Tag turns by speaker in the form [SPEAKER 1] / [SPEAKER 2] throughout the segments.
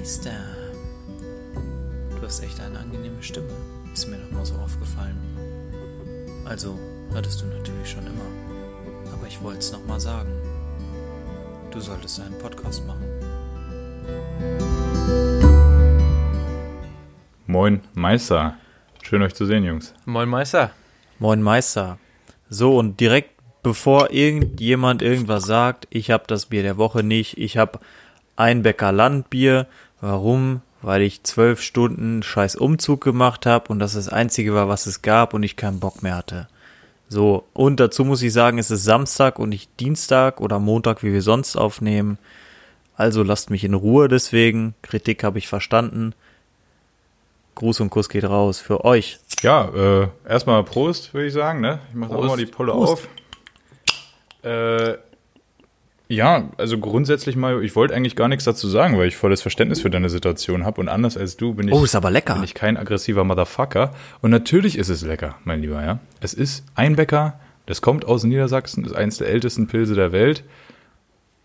[SPEAKER 1] Esther, du hast echt eine angenehme Stimme, ist mir nochmal so aufgefallen. Also, hattest du natürlich schon immer, aber ich wollte es nochmal sagen. Du solltest einen Podcast machen.
[SPEAKER 2] Moin, Meister. Schön euch zu sehen, Jungs.
[SPEAKER 3] Moin Meister.
[SPEAKER 1] Moin Meister. So, und direkt bevor irgendjemand irgendwas sagt, ich habe das Bier der Woche nicht, ich habe ein Bäcker Landbier. Warum? Weil ich zwölf Stunden scheiß Umzug gemacht habe und das das Einzige war, was es gab und ich keinen Bock mehr hatte. So, und dazu muss ich sagen, es ist Samstag und nicht Dienstag oder Montag, wie wir sonst aufnehmen. Also lasst mich in Ruhe deswegen. Kritik habe ich verstanden. Gruß und Kuss geht raus für euch.
[SPEAKER 2] Ja, äh, erstmal Prost, würde ich sagen. Ne? Ich mache auch
[SPEAKER 3] Prost.
[SPEAKER 2] mal die Pulle
[SPEAKER 1] Prost.
[SPEAKER 2] auf. Äh, ja, also grundsätzlich mal, ich wollte eigentlich gar nichts dazu sagen, weil ich volles Verständnis für deine Situation habe. Und anders als du bin ich,
[SPEAKER 1] Oh, ist aber lecker.
[SPEAKER 2] bin ich kein aggressiver Motherfucker. Und natürlich ist es lecker, mein Lieber. ja. Es ist Einbecker, das kommt aus Niedersachsen, ist eines der ältesten Pilze der Welt.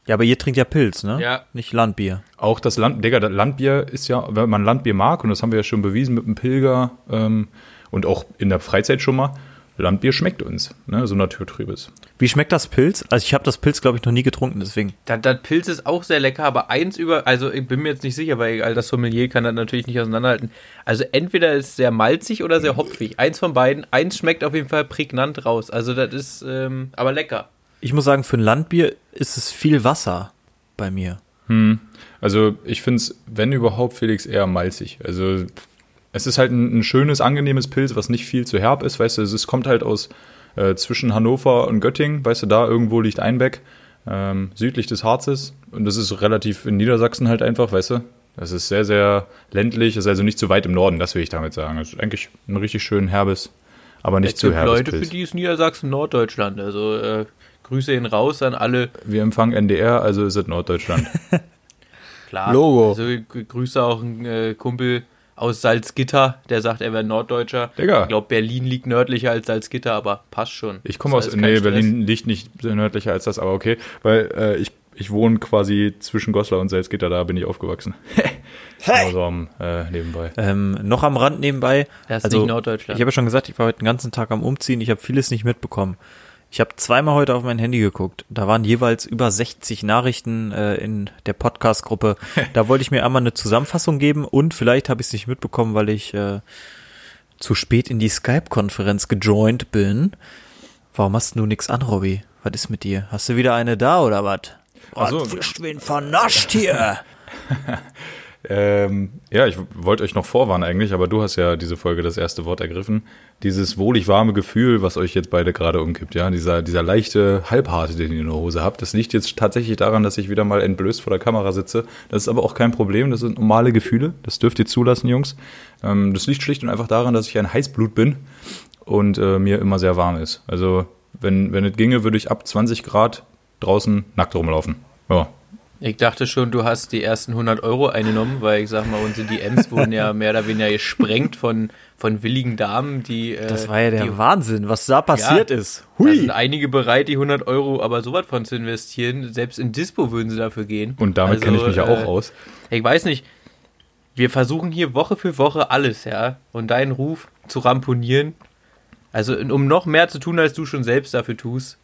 [SPEAKER 1] Ja, aber ihr trinkt ja Pilz, ne?
[SPEAKER 3] Ja.
[SPEAKER 1] Nicht Landbier.
[SPEAKER 2] Auch das Land, Digga, das Landbier ist ja, wenn man Landbier mag, und das haben wir ja schon bewiesen mit dem Pilger ähm, und auch in der Freizeit schon mal, Landbier schmeckt uns, ne? so naturtrübes.
[SPEAKER 1] Wie schmeckt das Pilz? Also ich habe das Pilz, glaube ich, noch nie getrunken, deswegen.
[SPEAKER 3] Das, das Pilz ist auch sehr lecker, aber eins über, also ich bin mir jetzt nicht sicher, weil egal, das Sommelier kann das natürlich nicht auseinanderhalten. Also entweder ist es sehr malzig oder sehr hopfig. Eins von beiden. Eins schmeckt auf jeden Fall prägnant raus. Also das ist, ähm, aber lecker.
[SPEAKER 1] Ich muss sagen, für ein Landbier ist es viel Wasser bei mir.
[SPEAKER 2] Also ich finde es, wenn überhaupt, Felix, eher malzig. Also es ist halt ein, ein schönes, angenehmes Pilz, was nicht viel zu herb ist, weißt du, es ist, kommt halt aus äh, zwischen Hannover und Göttingen, weißt du, da irgendwo liegt Einbeck, ähm, südlich des Harzes und das ist relativ in Niedersachsen halt einfach, weißt du. Das ist sehr, sehr ländlich, ist also nicht zu weit im Norden, das will ich damit sagen. Es ist eigentlich ein richtig schön herbes, aber nicht
[SPEAKER 3] Es
[SPEAKER 2] zu
[SPEAKER 3] gibt
[SPEAKER 2] herbes
[SPEAKER 3] Leute, für
[SPEAKER 2] Pilz.
[SPEAKER 3] die ist Niedersachsen Norddeutschland. Also äh, Grüße hin raus an alle.
[SPEAKER 2] Wir empfangen NDR, also ist es Norddeutschland.
[SPEAKER 3] Klar.
[SPEAKER 1] Logo.
[SPEAKER 3] Also g- Grüße auch einen äh, Kumpel aus Salzgitter, der sagt, er wäre Norddeutscher.
[SPEAKER 2] Digga.
[SPEAKER 3] Ich glaube, Berlin liegt nördlicher als Salzgitter, aber passt schon.
[SPEAKER 2] Ich komme
[SPEAKER 3] Das
[SPEAKER 2] aus,
[SPEAKER 3] ist kein
[SPEAKER 2] nee,
[SPEAKER 3] Stress.
[SPEAKER 2] Berlin liegt nicht nördlicher als das, aber okay, weil äh, ich, ich wohne quasi zwischen Goslar und Salzgitter, da bin ich aufgewachsen. hey. Also am äh, nebenbei.
[SPEAKER 1] Ähm, noch am Rand nebenbei.
[SPEAKER 3] Das ist
[SPEAKER 1] also,
[SPEAKER 3] nicht Norddeutschland.
[SPEAKER 1] Ich habe ja schon gesagt, ich war heute den ganzen Tag am Umziehen. Ich habe vieles nicht mitbekommen. Ich habe zweimal heute auf mein Handy geguckt. Da waren jeweils über 60 Nachrichten äh, in der Podcast-Gruppe. Da wollte ich mir einmal eine Zusammenfassung geben und vielleicht habe ich es nicht mitbekommen, weil ich äh, zu spät in die Skype-Konferenz gejoint bin. Warum hast du nix an, Robby? Was ist mit dir? Hast du wieder eine da oder was?
[SPEAKER 2] Ach so.
[SPEAKER 1] Oh, fischt wen vernascht
[SPEAKER 3] Äh,
[SPEAKER 1] hier.
[SPEAKER 2] Ähm, ja, ich wollte euch noch vorwarnen eigentlich, aber du hast ja diese Folge das erste Wort ergriffen. Dieses wohlig warme Gefühl, was euch jetzt beide gerade umkippt, ja, dieser, dieser leichte Halbharte, den ihr in der Hose habt, das liegt jetzt tatsächlich daran, dass ich wieder mal entblößt vor der Kamera sitze. Das ist aber auch kein Problem, das sind normale Gefühle, das dürft ihr zulassen, Jungs. Ähm, das liegt schlicht und einfach daran, dass ich ein Heißblut bin und äh, mir immer sehr warm ist. Also, wenn, wenn es ginge, würde ich ab 20 Grad draußen nackt rumlaufen. Ja,
[SPEAKER 3] Ich dachte schon, du hast die ersten 100 Euro eingenommen, weil ich sag mal, unsere DMs wurden ja mehr oder weniger gesprengt von, von willigen Damen, die. Äh,
[SPEAKER 1] Das war ja der
[SPEAKER 3] die,
[SPEAKER 1] Wahnsinn, was da passiert ist. Hui.
[SPEAKER 3] Da sind einige bereit, die 100 Euro aber sowas von zu investieren. Selbst in Dispo würden sie dafür gehen.
[SPEAKER 2] und damit kenne ich mich ja auch
[SPEAKER 3] äh,
[SPEAKER 2] aus.
[SPEAKER 3] Ich weiß nicht. Wir versuchen hier Woche für Woche alles, ja. Und deinen Ruf zu ramponieren. Also, um noch mehr zu tun, als du schon selbst dafür tust.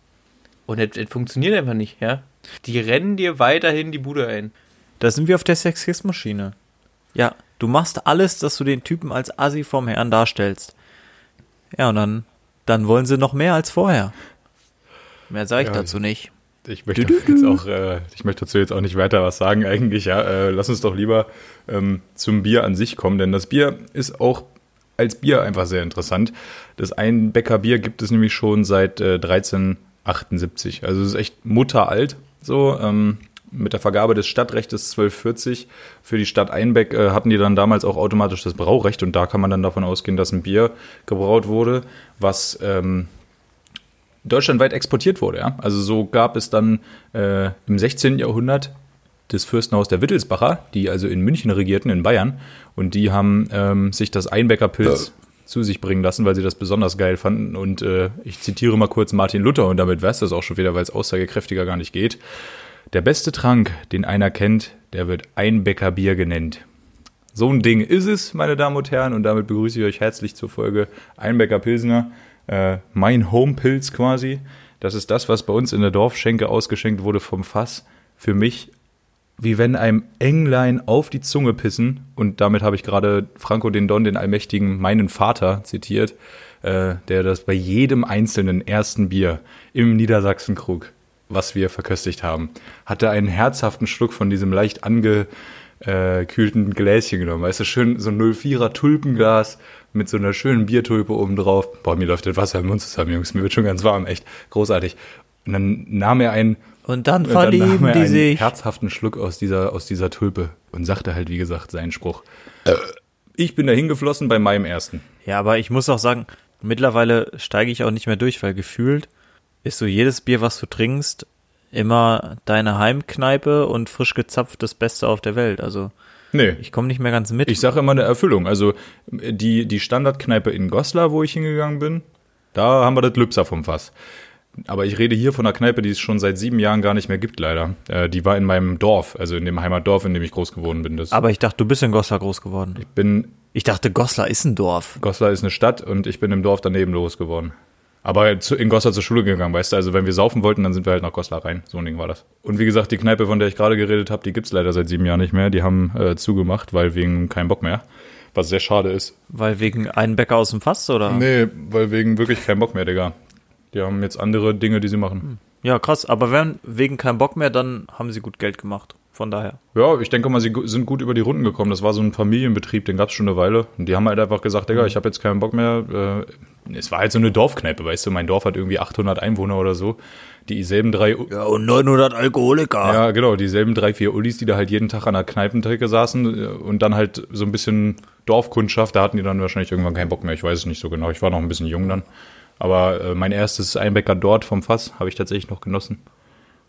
[SPEAKER 3] Und es es funktioniert einfach nicht, ja. Die rennen dir weiterhin die Bude ein.
[SPEAKER 1] Da sind wir auf der Sexismuschiene. Ja, du machst alles, dass du den Typen als Assi vom Herrn darstellst. Ja, und dann, dann wollen sie noch mehr als vorher. Mehr sage ich
[SPEAKER 2] Ja,
[SPEAKER 1] dazu nicht.
[SPEAKER 2] Ich möchte, Jetzt auch, äh, ich möchte dazu jetzt auch nicht weiter was sagen eigentlich. Ja, äh, lass uns doch lieber ähm, zum Bier an sich kommen, denn das Bier ist auch als Bier einfach sehr interessant. Das Einbäckerbier gibt es nämlich schon seit äh, 1378. Also es ist echt mutteralt so. Ähm, mit der Vergabe des Stadtrechtes 1240 für die Stadt Einbeck äh, hatten die dann damals auch automatisch das Braurecht und da kann man dann davon ausgehen, dass ein Bier gebraut wurde, was ähm, deutschlandweit exportiert wurde. Ja? Also so gab es dann äh, im 16. Jahrhundert das Fürstenhaus der Wittelsbacher, die also in München regierten, in Bayern. Und die haben ähm, sich das Einbäckerpilz zu sich bringen lassen, weil sie das besonders geil fanden. Und äh, ich zitiere mal kurz Martin Luther und damit wär's das auch schon wieder, weil es aussagekräftiger gar nicht geht. Der beste Trank, den einer kennt, der wird Einbäckerbier genannt. So ein Ding ist es, meine Damen und Herren. Und damit begrüße ich euch herzlich zur Folge Einbecker Pilsener. Äh, mein Homepilz quasi. Das ist das, was bei uns in der Dorfschenke ausgeschenkt wurde vom Fass. Für mich wie wenn einem Englein auf die Zunge pissen. Und damit habe ich gerade Franco den Don, den Allmächtigen, meinen Vater zitiert, äh, der das bei jedem einzelnen ersten Bier im Niedersachsenkrug, was wir verköstigt haben, hatte einen herzhaften Schluck von diesem leicht angekühlten Gläschen genommen. Weißt du, schön so ein 04er Tulpenglas mit so einer schönen Biertulpe oben drauf. Boah, mir läuft das Wasser im Mund zusammen, Jungs. Mir wird schon ganz warm, echt. Großartig. Und dann nahm er einen
[SPEAKER 1] Und dann
[SPEAKER 2] und Äh, dann nahm
[SPEAKER 1] verlieben
[SPEAKER 2] er
[SPEAKER 1] die
[SPEAKER 2] einen
[SPEAKER 1] sich.
[SPEAKER 2] herzhaften Schluck aus dieser, aus dieser Tulpe und sagte halt, wie gesagt, seinen Spruch. Ich bin da hingeflossen bei meinem ersten.
[SPEAKER 1] Ja, aber ich muss auch sagen, mittlerweile steige ich auch nicht mehr durch, weil gefühlt ist so jedes Bier, was du trinkst, immer deine Heimkneipe und frisch gezapft das Beste auf der Welt. Also
[SPEAKER 2] Nee,
[SPEAKER 1] ich komme nicht mehr ganz mit.
[SPEAKER 2] ich sage immer eine Erfüllung. Also die, die Standardkneipe in Goslar, wo ich hingegangen bin, da haben wir das Lübser vom Fass. Aber ich rede hier von einer Kneipe, die es schon seit sieben Jahren gar nicht mehr gibt, leider. Äh, die war in meinem Dorf, also in dem Heimatdorf, in dem ich groß geworden bin. Das
[SPEAKER 1] aber ich dachte, du bist in Goslar groß geworden.
[SPEAKER 2] ich bin
[SPEAKER 1] Ich dachte, Goslar ist ein Dorf.
[SPEAKER 2] Goslar ist eine Stadt und ich bin im Dorf daneben losgeworden. Aber zu, in Goslar zur Schule gegangen, weißt du? Also wenn wir saufen wollten, dann sind wir halt nach Goslar rein. So ein Ding war das. Und wie gesagt, die Kneipe, von der ich gerade geredet habe, die gibt's leider seit sieben Jahren nicht mehr. Die haben äh, zugemacht, weil wegen keinen Bock mehr. Was sehr schade ist.
[SPEAKER 1] Weil wegen einem Bäcker aus dem Fass, oder?
[SPEAKER 2] Nee, weil wegen wirklich keinen Bock mehr, Digga. Die haben jetzt andere Dinge, die sie machen.
[SPEAKER 1] Ja, krass. Aber wenn wegen kein Bock mehr, dann haben sie gut Geld gemacht. Von daher.
[SPEAKER 2] Ja, ich denke mal, sie gu- sind gut über die Runden gekommen. Das war so ein Familienbetrieb, den gab's schon eine Weile. Und die haben halt einfach gesagt, Digga, ich habe jetzt keinen Bock mehr. Äh, es war halt so eine Dorfkneipe, weißt du, mein Dorf hat irgendwie 800 Einwohner oder so. Die selben drei,
[SPEAKER 1] Ja, und 900 Alkoholiker.
[SPEAKER 2] ja genau, dieselben drei, vier Ullis, die da halt jeden Tag an der Kneipentheke saßen äh, und dann halt so ein bisschen Dorfkundschaft, da hatten die dann wahrscheinlich irgendwann keinen Bock mehr. Ich weiß es nicht so genau, ich war noch ein bisschen jung dann. Aber äh, mein erstes Einbäcker dort vom Fass habe ich tatsächlich noch genossen.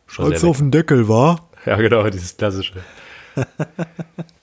[SPEAKER 2] Schon sehr lecker.
[SPEAKER 1] den Deckel war.
[SPEAKER 2] Ja genau, dieses klassische.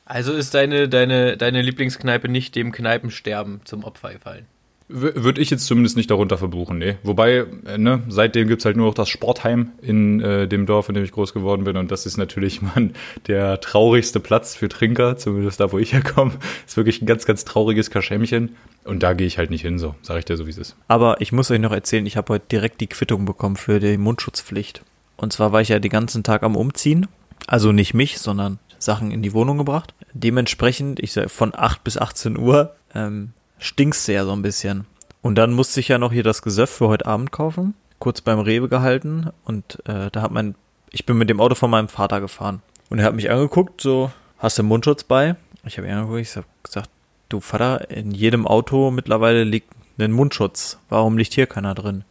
[SPEAKER 3] Also ist deine, deine, deine Lieblingskneipe nicht dem Kneipensterben zum Opfer gefallen.
[SPEAKER 2] Würde ich jetzt zumindest nicht darunter verbuchen, nee. Wobei, äh, ne, seitdem gibt's halt nur noch das Sportheim in äh, dem Dorf, in dem ich groß geworden bin. Und das ist natürlich, man, der traurigste Platz für Trinker, zumindest da, wo ich herkomme. Ist wirklich ein ganz, ganz trauriges Kaschämmchen. Und da gehe ich halt nicht hin, so, sage ich dir so, wie es ist.
[SPEAKER 1] Aber ich muss euch noch erzählen, ich habe heute direkt die Quittung bekommen für die Mundschutzpflicht. Und zwar war ich ja den ganzen Tag am Umziehen. Also nicht mich, sondern Sachen in die Wohnung gebracht. Dementsprechend, ich sag, von 8 bis 18 Uhr ähm, stinkst du ja so ein bisschen. Und dann musste ich ja noch hier das Gesöff für heute Abend kaufen. Kurz beim Rewe gehalten. Und äh, da hat mein, ich bin mit dem Auto von meinem Vater gefahren. Und er hat mich angeguckt, so, hast du Mundschutz bei? Ich habe ihn angeguckt, ich habe gesagt, du Vater, in jedem Auto mittlerweile liegt ein Mundschutz. Warum liegt hier keiner drin?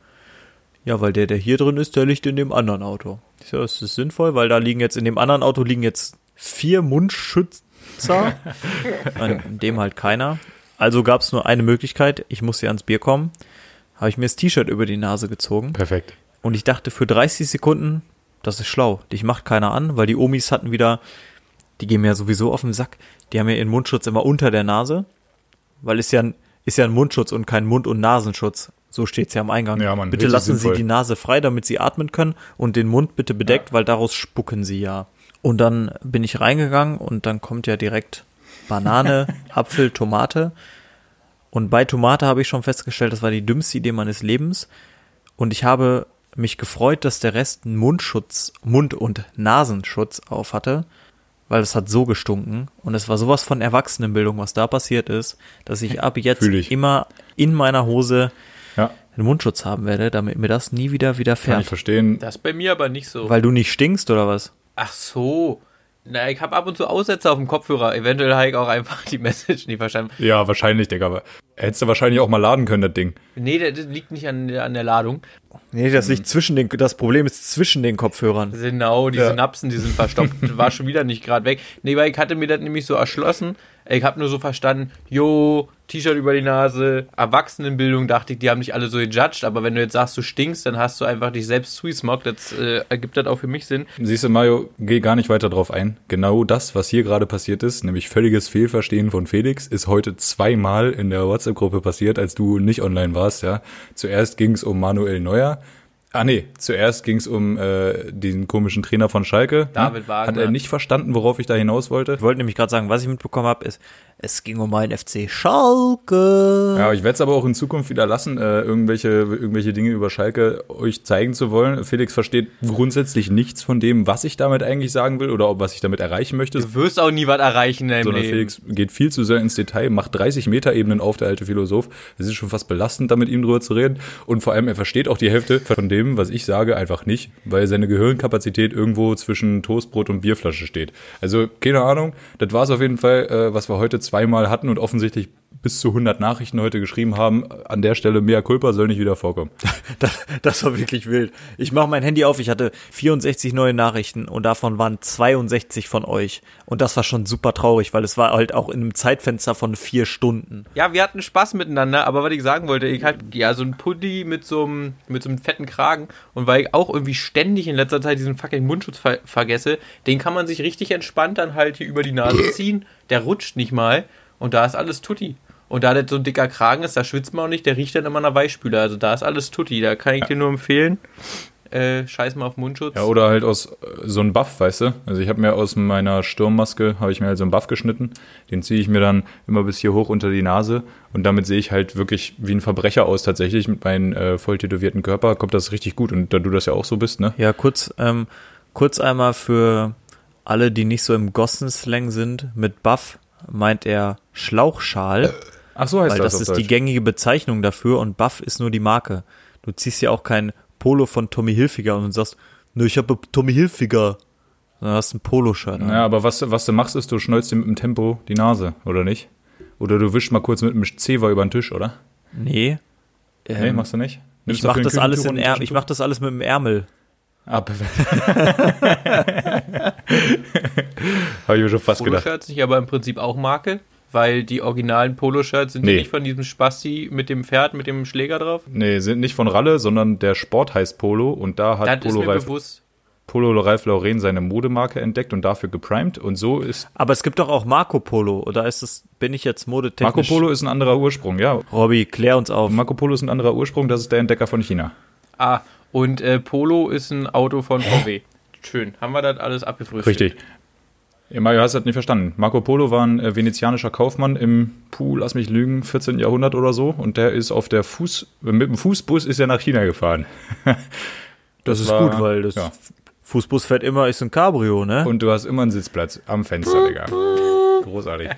[SPEAKER 1] Ja, weil der, der hier drin ist, der liegt in dem anderen Auto. Ich so, das ist sinnvoll, weil da liegen jetzt, in dem anderen Auto liegen jetzt vier Mundschützer, in dem halt keiner. Also gab es nur eine Möglichkeit, ich muss hier ans Bier kommen. Habe ich mir das T-Shirt über die Nase gezogen.
[SPEAKER 2] Perfekt.
[SPEAKER 1] Und ich dachte für 30 Sekunden, das ist schlau. Dich macht keiner an, weil die Omis hatten wieder, die gehen mir ja sowieso auf den Sack, die haben ja ihren Mundschutz immer unter der Nase, weil ist ja ein, ist ja ein Mundschutz und kein Mund- und Nasenschutz. So steht's ja am Eingang.
[SPEAKER 2] Ja, Mann,
[SPEAKER 1] bitte
[SPEAKER 2] richtig
[SPEAKER 1] lassen
[SPEAKER 2] sinnvoll.
[SPEAKER 1] Sie die Nase frei, damit Sie atmen können und den Mund bitte bedeckt, weil daraus spucken Sie ja. Und dann bin ich reingegangen und dann kommt ja direkt Banane, Apfel, Tomate. Und bei Tomate habe ich schon festgestellt, das war die dümmste Idee meines Lebens. Und ich habe mich gefreut, dass der Rest einen Mundschutz, Mund- und Nasenschutz auf hatte, weil es hat so gestunken. Und es war sowas von Erwachsenenbildung, was da passiert ist, dass ich ab jetzt
[SPEAKER 2] Fühl ich.
[SPEAKER 1] immer in meiner Hose
[SPEAKER 2] Ja,
[SPEAKER 1] einen Mundschutz haben werde, damit mir das nie wieder
[SPEAKER 2] kann
[SPEAKER 1] widerfährt.
[SPEAKER 2] ich verstehen.
[SPEAKER 3] Das ist bei mir aber nicht so.
[SPEAKER 1] Weil du nicht stinkst oder was?
[SPEAKER 3] Ach so. Na, ich habe ab und zu Aussätze auf dem Kopfhörer. Eventuell habe ich auch einfach die Message nicht verstanden.
[SPEAKER 2] Ja, wahrscheinlich, Digga. Aber hättest du wahrscheinlich auch mal laden können, das Ding.
[SPEAKER 3] Nee, das das liegt nicht an, der- an der Ladung.
[SPEAKER 1] Nee, das liegt zwischen den, das Problem ist zwischen den Kopfhörern.
[SPEAKER 3] Genau, die
[SPEAKER 2] Ja.
[SPEAKER 3] Synapsen, die sind verstopft. War schon wieder nicht gerade weg. Nee, weil ich hatte mir das nämlich so erschlossen. Ich habe nur so verstanden, jo, T-Shirt über die Nase, Erwachsenenbildung, dachte ich, die haben dich alle so gejudged. Aber wenn du jetzt sagst, du stinkst, dann hast du einfach dich selbst zugesmockt. Das äh, ergibt das auch für mich Sinn.
[SPEAKER 2] Siehst du, Mario, geh gar nicht weiter drauf ein. Genau das, was hier gerade passiert ist, nämlich völliges Fehlverstehen von Felix, ist heute zweimal in der WhatsApp-Gruppe passiert, als du nicht online warst, ja. Zuerst ging es um Manuel Neuer, Ah nee, zuerst ging es um äh, den komischen Trainer von Schalke. ne?
[SPEAKER 3] David Wagner.
[SPEAKER 2] Hat er nicht verstanden, worauf ich da hinaus wollte?
[SPEAKER 1] Ich wollte nämlich gerade sagen, was ich mitbekommen habe, ist, es ging um einen FC Schalke.
[SPEAKER 2] Ja, ich werde es aber auch in Zukunft wieder lassen, äh, irgendwelche, irgendwelche Dinge über Schalke euch zeigen zu wollen. Felix versteht grundsätzlich nichts von dem, was ich damit eigentlich sagen will oder ob, was ich damit erreichen möchte,
[SPEAKER 3] Du wirst auch nie was erreichen in deinem
[SPEAKER 2] sondern
[SPEAKER 3] Leben.
[SPEAKER 2] Felix geht viel zu sehr ins Detail, macht 30 Meter Ebenen auf, der alte Philosoph. Es ist schon fast belastend, da mit ihm drüber zu reden. Und vor allem, er versteht auch die Hälfte von dem, was ich sage, einfach nicht, weil seine Gehirnkapazität irgendwo zwischen Toastbrot und Bierflasche steht. Also, keine Ahnung. Das war es auf jeden Fall, äh, was wir heute zweimal hatten und offensichtlich bis zu 100 Nachrichten heute geschrieben haben. An der Stelle, mea culpa soll nicht wieder vorkommen.
[SPEAKER 1] Das, das war wirklich wild. Ich mache mein Handy auf, ich hatte 64 neue Nachrichten und davon waren 62 von euch. Und das war schon super traurig, weil es war halt auch in einem Zeitfenster von vier Stunden.
[SPEAKER 3] Ja, wir hatten Spaß miteinander, aber was ich sagen wollte, ich hatte ja so ein Pulli mit so einem, mit so einem fetten Kragen und weil ich auch irgendwie ständig in letzter Zeit diesen fucking Mundschutz ver vergesse, den kann man sich richtig entspannt dann halt hier über die Nase ziehen, der rutscht nicht mal und da ist alles tutti. Und da das so ein dicker Kragen ist, da schwitzt man auch nicht, der riecht dann immer nach Weichspüler, also da ist alles tutti, da kann ich dir nur empfehlen, äh, scheiß mal auf Mundschutz.
[SPEAKER 2] Ja, oder halt aus äh, so einem Buff, weißt du? Also ich habe mir aus meiner Sturmmaske, habe ich mir halt so einen Buff geschnitten. Den ziehe ich mir dann immer bis hier hoch unter die Nase. Und damit sehe ich halt wirklich wie ein Verbrecher aus tatsächlich. Mit meinem äh, voll tätowierten Körper kommt das richtig gut. Und da du das ja auch so bist, ne?
[SPEAKER 1] Ja, kurz, ähm, kurz einmal für alle, die nicht so im Gossen-Slang sind, mit Buff meint er Schlauchschal,
[SPEAKER 2] Ach so Äh, heißt
[SPEAKER 1] weil das,
[SPEAKER 2] auf
[SPEAKER 1] ist die
[SPEAKER 2] Deutsch.
[SPEAKER 1] gängige Bezeichnung dafür und Buff ist nur die Marke. Du ziehst ja auch kein Polo von Tommy Hilfiger und sagst, ne, ich habe Tommy Hilfiger. Sondern hast ein Poloshirt. an.
[SPEAKER 2] Ja, aber was, du- was du machst, ist, du schnäulst dir mit dem Tempo die Nase, oder nicht? Oder du wischst mal kurz mit dem Zewa über den Tisch, oder?
[SPEAKER 1] Nee. Ähm,
[SPEAKER 2] nee, machst du nicht?
[SPEAKER 1] ich mach das alles in Ärmel. Ich mach
[SPEAKER 2] mach
[SPEAKER 1] das alles mit dem Ärmel.
[SPEAKER 2] Ah, perfekt. Habe ich mir schon fast gedacht.
[SPEAKER 3] Poloshirts nicht, aber im Prinzip auch Marke, weil die originalen Poloshirts sind die
[SPEAKER 2] Nee.
[SPEAKER 3] nicht von diesem Spasti mit dem Pferd, mit dem Schläger drauf.
[SPEAKER 2] Nee, sind nicht von Ralle, sondern der Sport heißt Polo und da hat
[SPEAKER 3] das ist
[SPEAKER 2] Polo
[SPEAKER 3] mir
[SPEAKER 2] Ralf,
[SPEAKER 3] bewusst.
[SPEAKER 2] Polo Ralf Lauren seine Modemarke entdeckt und dafür geprimed und so ist
[SPEAKER 1] Aber es gibt doch auch Marco Polo. Oder ist es, bin ich jetzt modetechnisch?
[SPEAKER 2] Marco Polo ist ein anderer Ursprung, ja.
[SPEAKER 1] Robby, klär uns auf.
[SPEAKER 2] Marco Polo ist ein anderer Ursprung, das ist der Entdecker von China.
[SPEAKER 3] Ah, und äh, Polo ist ein Auto von VW. Schön, haben wir das alles abgefrühstückt.
[SPEAKER 2] Richtig. Ja, Mario hast das nicht verstanden. Marco Polo war ein äh, venezianischer Kaufmann im, puh, lass mich lügen, 14. Jahrhundert oder so und der ist auf der Fuß, mit dem Fußbus ist er nach China gefahren.
[SPEAKER 1] das ist
[SPEAKER 2] war-
[SPEAKER 1] gut, weil das
[SPEAKER 2] ja.
[SPEAKER 1] Fußbus fährt immer, ist ein Cabrio, ne?
[SPEAKER 2] Und du hast immer einen Sitzplatz am Fenster, Digga. Großartig.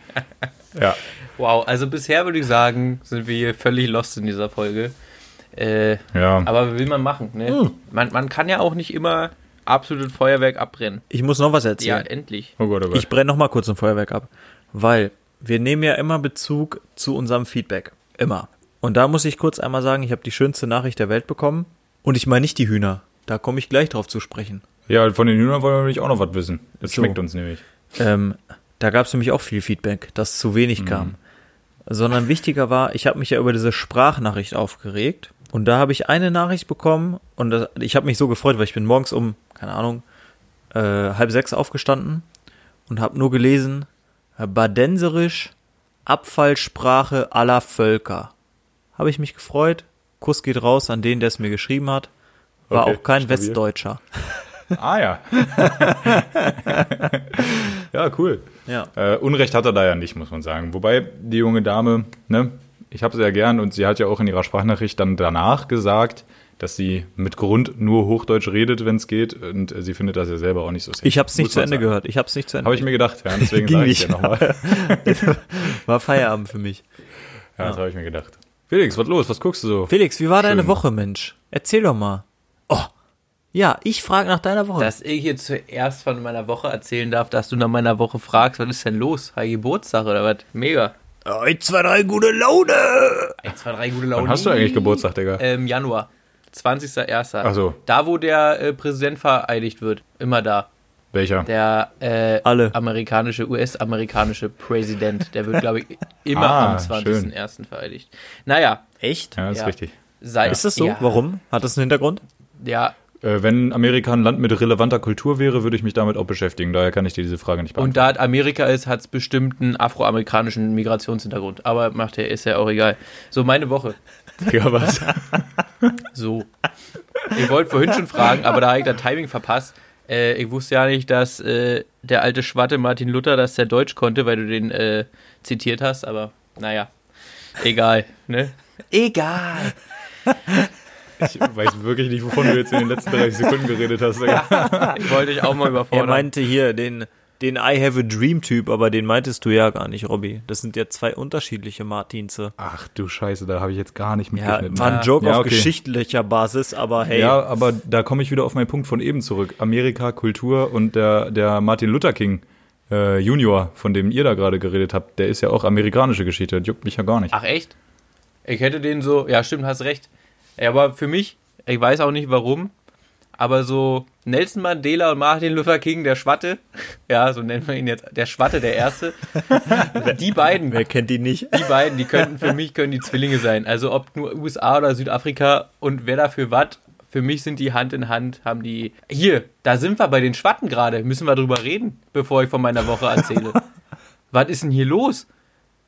[SPEAKER 2] Ja.
[SPEAKER 3] Wow, also bisher würde ich sagen, sind wir hier völlig lost in dieser Folge. Äh,
[SPEAKER 2] Ja. Hm.
[SPEAKER 3] aber will man machen, ne? Man, man kann ja auch nicht immer absolut Feuerwerk abbrennen.
[SPEAKER 1] ich muss noch was
[SPEAKER 3] Ja,
[SPEAKER 1] erzählen.
[SPEAKER 3] endlich.
[SPEAKER 2] oh Gott, oh Gott.
[SPEAKER 1] ich brenne noch mal kurz ein Feuerwerk ab. Weil wir nehmen ja immer Bezug zu unserem Feedback. Immer. Und da muss ich kurz einmal sagen, ich habe die schönste Nachricht der Welt bekommen. Und ich meine nicht die Hühner. Da komme ich gleich drauf zu sprechen.
[SPEAKER 2] Ja, von den Hühnern wollen wir nämlich auch noch was wissen. Das
[SPEAKER 1] So.
[SPEAKER 2] schmeckt uns nämlich.
[SPEAKER 1] Ähm, da gab es nämlich auch viel Feedback, dass zu
[SPEAKER 2] Mhm.
[SPEAKER 1] wenig kam. Sondern wichtiger war, ich habe mich ja über diese Sprachnachricht aufgeregt. Und da habe ich eine Nachricht bekommen und das, ich habe mich so gefreut, weil ich bin morgens um, keine Ahnung, äh, halb sechs aufgestanden und habe nur gelesen, Badenserisch, Abfallsprache aller Völker. Habe ich mich gefreut. Kuss geht raus an den, der es mir geschrieben hat. War
[SPEAKER 2] Okay,
[SPEAKER 1] auch kein
[SPEAKER 2] stabil.
[SPEAKER 1] Westdeutscher.
[SPEAKER 2] Ah ja. ja, cool.
[SPEAKER 1] Ja.
[SPEAKER 2] Äh, Unrecht hat er da ja nicht, muss man sagen. Wobei die junge Dame, ne, ich habe sie ja gern und sie hat ja auch in ihrer Sprachnachricht dann danach gesagt, dass sie mit Grund nur Hochdeutsch redet, wenn es geht und äh, sie findet das ja selber auch nicht so sexy.
[SPEAKER 1] Ich habe es nicht
[SPEAKER 2] Muss
[SPEAKER 1] zu
[SPEAKER 2] man
[SPEAKER 1] Ende
[SPEAKER 2] sagen.
[SPEAKER 1] gehört. Ich habe es nicht zu Ende.
[SPEAKER 2] Habe ich mir gedacht, ja, deswegen
[SPEAKER 1] Ging
[SPEAKER 2] sage ich ja
[SPEAKER 1] nicht. Genau.
[SPEAKER 2] nochmal. Ja,
[SPEAKER 1] War Feierabend für mich.
[SPEAKER 2] das habe ich mir gedacht. Felix, was los? Was guckst du so?
[SPEAKER 1] Felix, wie war deine
[SPEAKER 2] Schön.
[SPEAKER 1] Woche, Mensch? Erzähl doch mal. Oh, ja, ich frage nach deiner Woche.
[SPEAKER 3] Dass ich hier zuerst von meiner Woche erzählen darf, dass du nach meiner Woche fragst, was ist denn los? Hi Geburtstag oder was? Mega.
[SPEAKER 1] Eins, zwei, drei, gute Laune.
[SPEAKER 3] 1, 2, 3, gute Laune.
[SPEAKER 2] Wann hast du eigentlich Geburtstag, Digga?
[SPEAKER 1] Äh,
[SPEAKER 3] Ähm, Januar. 20.01.
[SPEAKER 2] Ach so.
[SPEAKER 3] Da, wo der äh, Präsident vereidigt wird. Immer da.
[SPEAKER 2] Welcher?
[SPEAKER 3] Der äh,
[SPEAKER 1] Alle.
[SPEAKER 3] amerikanische, US-amerikanische Präsident. Der wird, glaube ich, immer
[SPEAKER 2] Ah,
[SPEAKER 3] am 20.01. vereidigt. Naja,
[SPEAKER 1] Echt?
[SPEAKER 2] ja, ist
[SPEAKER 3] ja.
[SPEAKER 2] richtig.
[SPEAKER 3] sei
[SPEAKER 1] Ist das so?
[SPEAKER 3] Ja,
[SPEAKER 1] Warum? Hat das einen Hintergrund?
[SPEAKER 3] Ja,
[SPEAKER 2] Äh, wenn Amerika ein Land mit relevanter Kultur wäre, würde ich mich damit auch beschäftigen. Daher kann ich dir diese Frage nicht
[SPEAKER 3] und
[SPEAKER 2] beantworten.
[SPEAKER 3] da es Amerika ist, hat es bestimmt einen afroamerikanischen Migrationshintergrund. Aber macht ja, ist ja auch egal. So, meine Woche.
[SPEAKER 2] Digga, was?
[SPEAKER 3] So. Ihr wollt vorhin schon fragen, aber da habe ich das Timing verpasst. Äh, ich wusste ja nicht, dass äh, der alte Schwatte Martin Luther, dass der Deutsch konnte, weil du den äh, zitiert hast, aber naja. Egal, ne? Egal.
[SPEAKER 2] Ich weiß wirklich nicht, wovon du jetzt in den letzten 30 Sekunden geredet hast.
[SPEAKER 3] Ich wollte dich auch mal
[SPEAKER 1] Er
[SPEAKER 3] überfordern.
[SPEAKER 1] meinte hier den, den I have a dream Typ, aber den meintest du ja gar nicht, Robby. Das sind ja zwei unterschiedliche Martinze.
[SPEAKER 2] Ach du Scheiße, da habe ich jetzt gar nicht
[SPEAKER 1] Ja,
[SPEAKER 2] mitgeschnitten.
[SPEAKER 1] war ein Joke
[SPEAKER 2] Ja,
[SPEAKER 1] auf
[SPEAKER 2] okay.
[SPEAKER 1] geschichtlicher Basis, aber hey.
[SPEAKER 2] Ja, aber da komme ich wieder auf meinen Punkt von eben zurück. Amerika, Kultur und der, der Martin Luther King äh, Junior, von dem ihr da gerade geredet habt, der ist ja auch amerikanische Geschichte. Das juckt mich ja gar nicht.
[SPEAKER 3] Ach echt? Ich hätte den so, ja stimmt, hast recht. Ja, aber für mich, ich weiß auch nicht warum, aber so Nelson Mandela und Martin Luther King, der Schwatte, ja, so nennen wir ihn jetzt, der Schwatte, der Erste, die beiden,
[SPEAKER 1] Wer kennt die nicht?
[SPEAKER 3] die beiden, die könnten für mich, können die Zwillinge sein. Also ob nur USA oder Südafrika und wer dafür was, für mich sind die Hand in Hand, haben die, hier, da sind wir bei den Schwatten gerade, müssen wir drüber reden, bevor ich von meiner Woche erzähle. was ist denn hier los?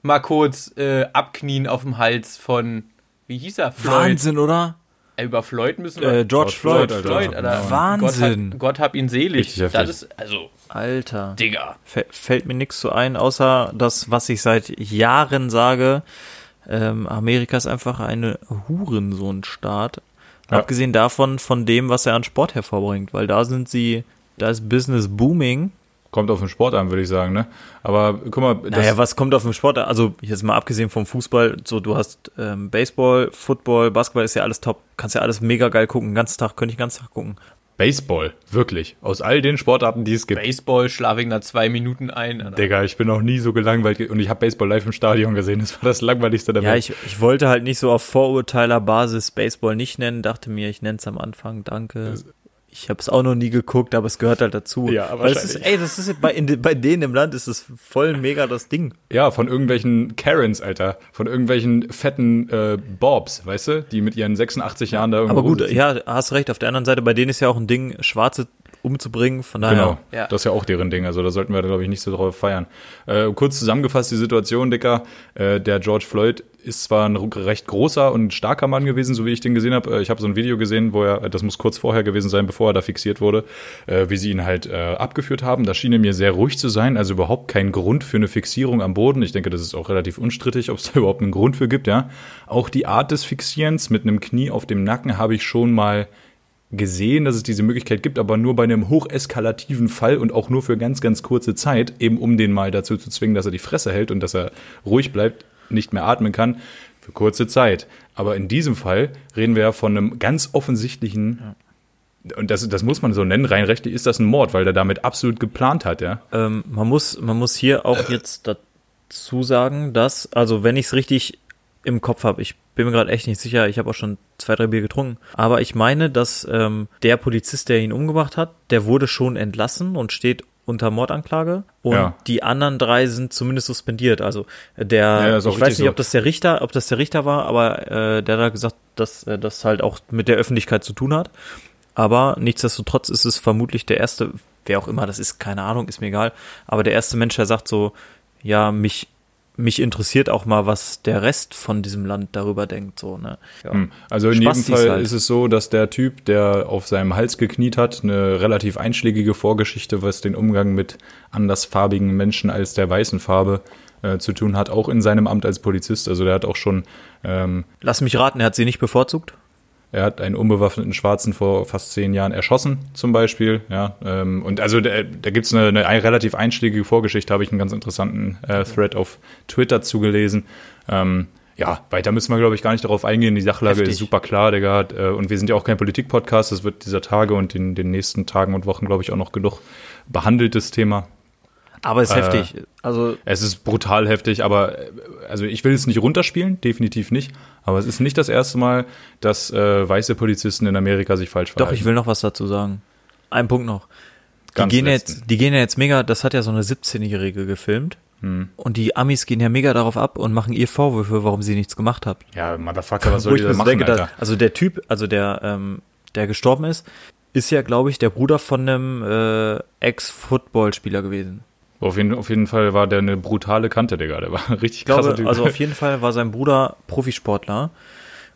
[SPEAKER 3] Mal kurz äh, abknien auf dem Hals von, wie hieß er? Floyd.
[SPEAKER 1] Wahnsinn, oder?
[SPEAKER 3] Äh, über Floyd müssen wir.
[SPEAKER 1] Äh, George Floyd.
[SPEAKER 2] Floyd, Alter.
[SPEAKER 3] Floyd, Alter.
[SPEAKER 1] Wahnsinn.
[SPEAKER 3] Gott hab, Gott hab ihn selig.
[SPEAKER 2] Richtig heftig.
[SPEAKER 3] Das ist, also,
[SPEAKER 1] Alter.
[SPEAKER 3] Digga.
[SPEAKER 1] Fä- Fällt mir nichts zu ein, außer das, was ich seit Jahren sage. Ähm, Amerika ist einfach eine Hurensohnstaat.
[SPEAKER 2] Ja.
[SPEAKER 1] Abgesehen davon, von dem, was er an Sport hervorbringt, weil da sind sie, da ist Business booming.
[SPEAKER 2] Kommt auf den Sport an, würde ich sagen, ne? Aber guck mal, das,
[SPEAKER 1] Naja, was kommt auf dem Sport? an? Also jetzt mal abgesehen vom Fußball, so du hast ähm, Baseball, Football, Basketball ist ja alles top. Kannst ja alles mega geil gucken. Den ganzen Tag, könnte ich den ganzen Tag gucken.
[SPEAKER 2] Baseball, wirklich. Aus all den Sportarten, die es gibt.
[SPEAKER 3] Baseball schlaf ich nach zwei Minuten ein. Alter.
[SPEAKER 2] Digga, ich bin noch nie so gelangweilt ge- und ich habe Baseball live im Stadion gesehen. Das war das langweiligste der
[SPEAKER 1] Ja,
[SPEAKER 2] Welt.
[SPEAKER 1] ich, ich wollte halt nicht so auf Vorurteilerbasis Baseball nicht nennen, dachte mir, ich nenn's am Anfang, danke. Ich habe es auch noch nie geguckt, aber es gehört halt dazu.
[SPEAKER 2] Ja, aber
[SPEAKER 1] Weil es ist, ey, das ist bei, in, de- bei denen im Land ist es voll mega das Ding.
[SPEAKER 2] Ja, von irgendwelchen Karens, Alter. Von irgendwelchen fetten äh, Bobs, weißt du? Die mit ihren 86 Jahren da irgendwo
[SPEAKER 1] Aber gut, äh,
[SPEAKER 2] rumsitzen.
[SPEAKER 1] ja, hast recht. Auf der anderen Seite, bei denen ist ja auch ein Ding, Schwarze umzubringen. Von daher,
[SPEAKER 2] Genau,
[SPEAKER 3] Ja.
[SPEAKER 2] das ist ja auch deren Ding. Also da sollten wir, glaube ich, nicht so drauf feiern. Äh, kurz zusammengefasst die Situation, Dicker. Äh, der George Floyd ist zwar ein recht großer und starker Mann gewesen, so wie ich den gesehen habe. Äh, ich habe so ein Video gesehen, wo er, äh, das muss kurz vorher gewesen sein, bevor er da fixiert wurde, äh, wie sie ihn halt äh, abgeführt haben. Da schien er mir sehr ruhig zu sein, also überhaupt kein Grund für eine Fixierung am Boden. Ich denke, das ist auch relativ unstrittig, ob es da überhaupt einen Grund für gibt, ja. Auch die Art des Fixierens mit einem Knie auf dem Nacken habe ich schon mal gesehen, dass es diese Möglichkeit gibt, aber nur bei einem hocheskalativen Fall und auch nur für ganz, ganz kurze Zeit, eben um den mal dazu zu zwingen, dass er die Fresse hält und dass er ruhig bleibt, nicht mehr atmen kann, für kurze Zeit. Aber in diesem Fall reden wir ja von einem ganz offensichtlichen, und das, das muss man so nennen, rein rechtlich ist das ein Mord, weil der damit absolut geplant hat, ja.
[SPEAKER 1] ähm, man, muss, man muss hier auch
[SPEAKER 2] Äh.
[SPEAKER 1] jetzt dazu sagen, dass, also wenn ich es richtig im Kopf habe, ich bin mir gerade echt nicht sicher, ich habe auch schon zwei, drei Bier getrunken, aber ich meine, dass ähm, der Polizist, der ihn umgebracht hat, der wurde schon entlassen und steht unter Mordanklage und
[SPEAKER 2] Ja.
[SPEAKER 1] die anderen drei sind zumindest suspendiert. Also äh, der,
[SPEAKER 2] Ja, ist
[SPEAKER 1] ich
[SPEAKER 2] auch
[SPEAKER 1] weiß
[SPEAKER 2] richtig
[SPEAKER 1] nicht,
[SPEAKER 2] so.
[SPEAKER 1] ob das der Richter, ob das der Richter war, aber äh, der hat gesagt, dass äh, das halt auch mit der Öffentlichkeit zu tun hat. Aber nichtsdestotrotz ist es vermutlich der erste, wer auch immer das ist, keine Ahnung, ist mir egal, aber der erste Mensch, der sagt so, ja, mich, mich interessiert auch mal, was der Rest von diesem Land darüber denkt, so, ne? Ja.
[SPEAKER 2] Hm. Also in
[SPEAKER 1] Spastis
[SPEAKER 2] jedem Fall
[SPEAKER 1] halt.
[SPEAKER 2] ist es so, dass der Typ, der auf seinem Hals gekniet hat, eine relativ einschlägige Vorgeschichte, was den Umgang mit andersfarbigen Menschen als der weißen Farbe äh, zu tun hat, auch in seinem Amt als Polizist. Also der hat auch schon, ähm,
[SPEAKER 1] Lass mich raten, er hat sie nicht bevorzugt?
[SPEAKER 2] er hat einen unbewaffneten Schwarzen vor fast zehn Jahren erschossen, zum Beispiel. Ja, ähm, und also da, da gibt es eine, eine ein- relativ einschlägige Vorgeschichte, habe ich einen ganz interessanten äh, Thread auf Twitter zugelesen. Ähm, ja, weiter müssen wir, glaube ich, gar nicht darauf eingehen. Die Sachlage
[SPEAKER 1] Heftig.
[SPEAKER 2] ist super klar, Digga. Äh, Und wir sind ja auch kein Politik-Podcast. Das wird dieser Tage und in den nächsten Tagen und Wochen, glaube ich, auch noch genug behandeltes Thema.
[SPEAKER 1] Aber ist
[SPEAKER 2] Äh,
[SPEAKER 1] heftig. Also,
[SPEAKER 2] Es ist brutal heftig, aber äh, also ich will es nicht runterspielen, definitiv nicht. Aber es ist nicht das erste Mal, dass äh, weiße Polizisten in Amerika sich falsch verhalten.
[SPEAKER 1] doch, ich will noch was dazu sagen. Ein Punkt noch. Die
[SPEAKER 2] äh, Ganz
[SPEAKER 1] gehen, ja
[SPEAKER 2] letzten.
[SPEAKER 1] jetzt, die gehen ja jetzt mega, das hat ja so eine 17-Jährige gefilmt.
[SPEAKER 2] Hm.
[SPEAKER 1] Und die Amis gehen ja mega darauf ab und machen ihr Vorwürfe, warum sie nichts gemacht hat.
[SPEAKER 2] Ja, Motherfucker, was
[SPEAKER 1] Wo
[SPEAKER 2] soll
[SPEAKER 1] ich
[SPEAKER 2] die
[SPEAKER 1] mir
[SPEAKER 2] da
[SPEAKER 1] so
[SPEAKER 2] machen,
[SPEAKER 1] denke,
[SPEAKER 2] Alter?
[SPEAKER 1] dass, also der Typ, also der, ähm, der gestorben ist, ist ja, glaube ich, der Bruder von einem äh, Ex-Footballspieler gewesen.
[SPEAKER 2] Auf jeden, auf jeden Fall war der eine brutale Kante, Digga. Der war ein richtig
[SPEAKER 1] Ich glaube,
[SPEAKER 2] krasser Typ.
[SPEAKER 1] also auf jeden Fall war sein Bruder Profisportler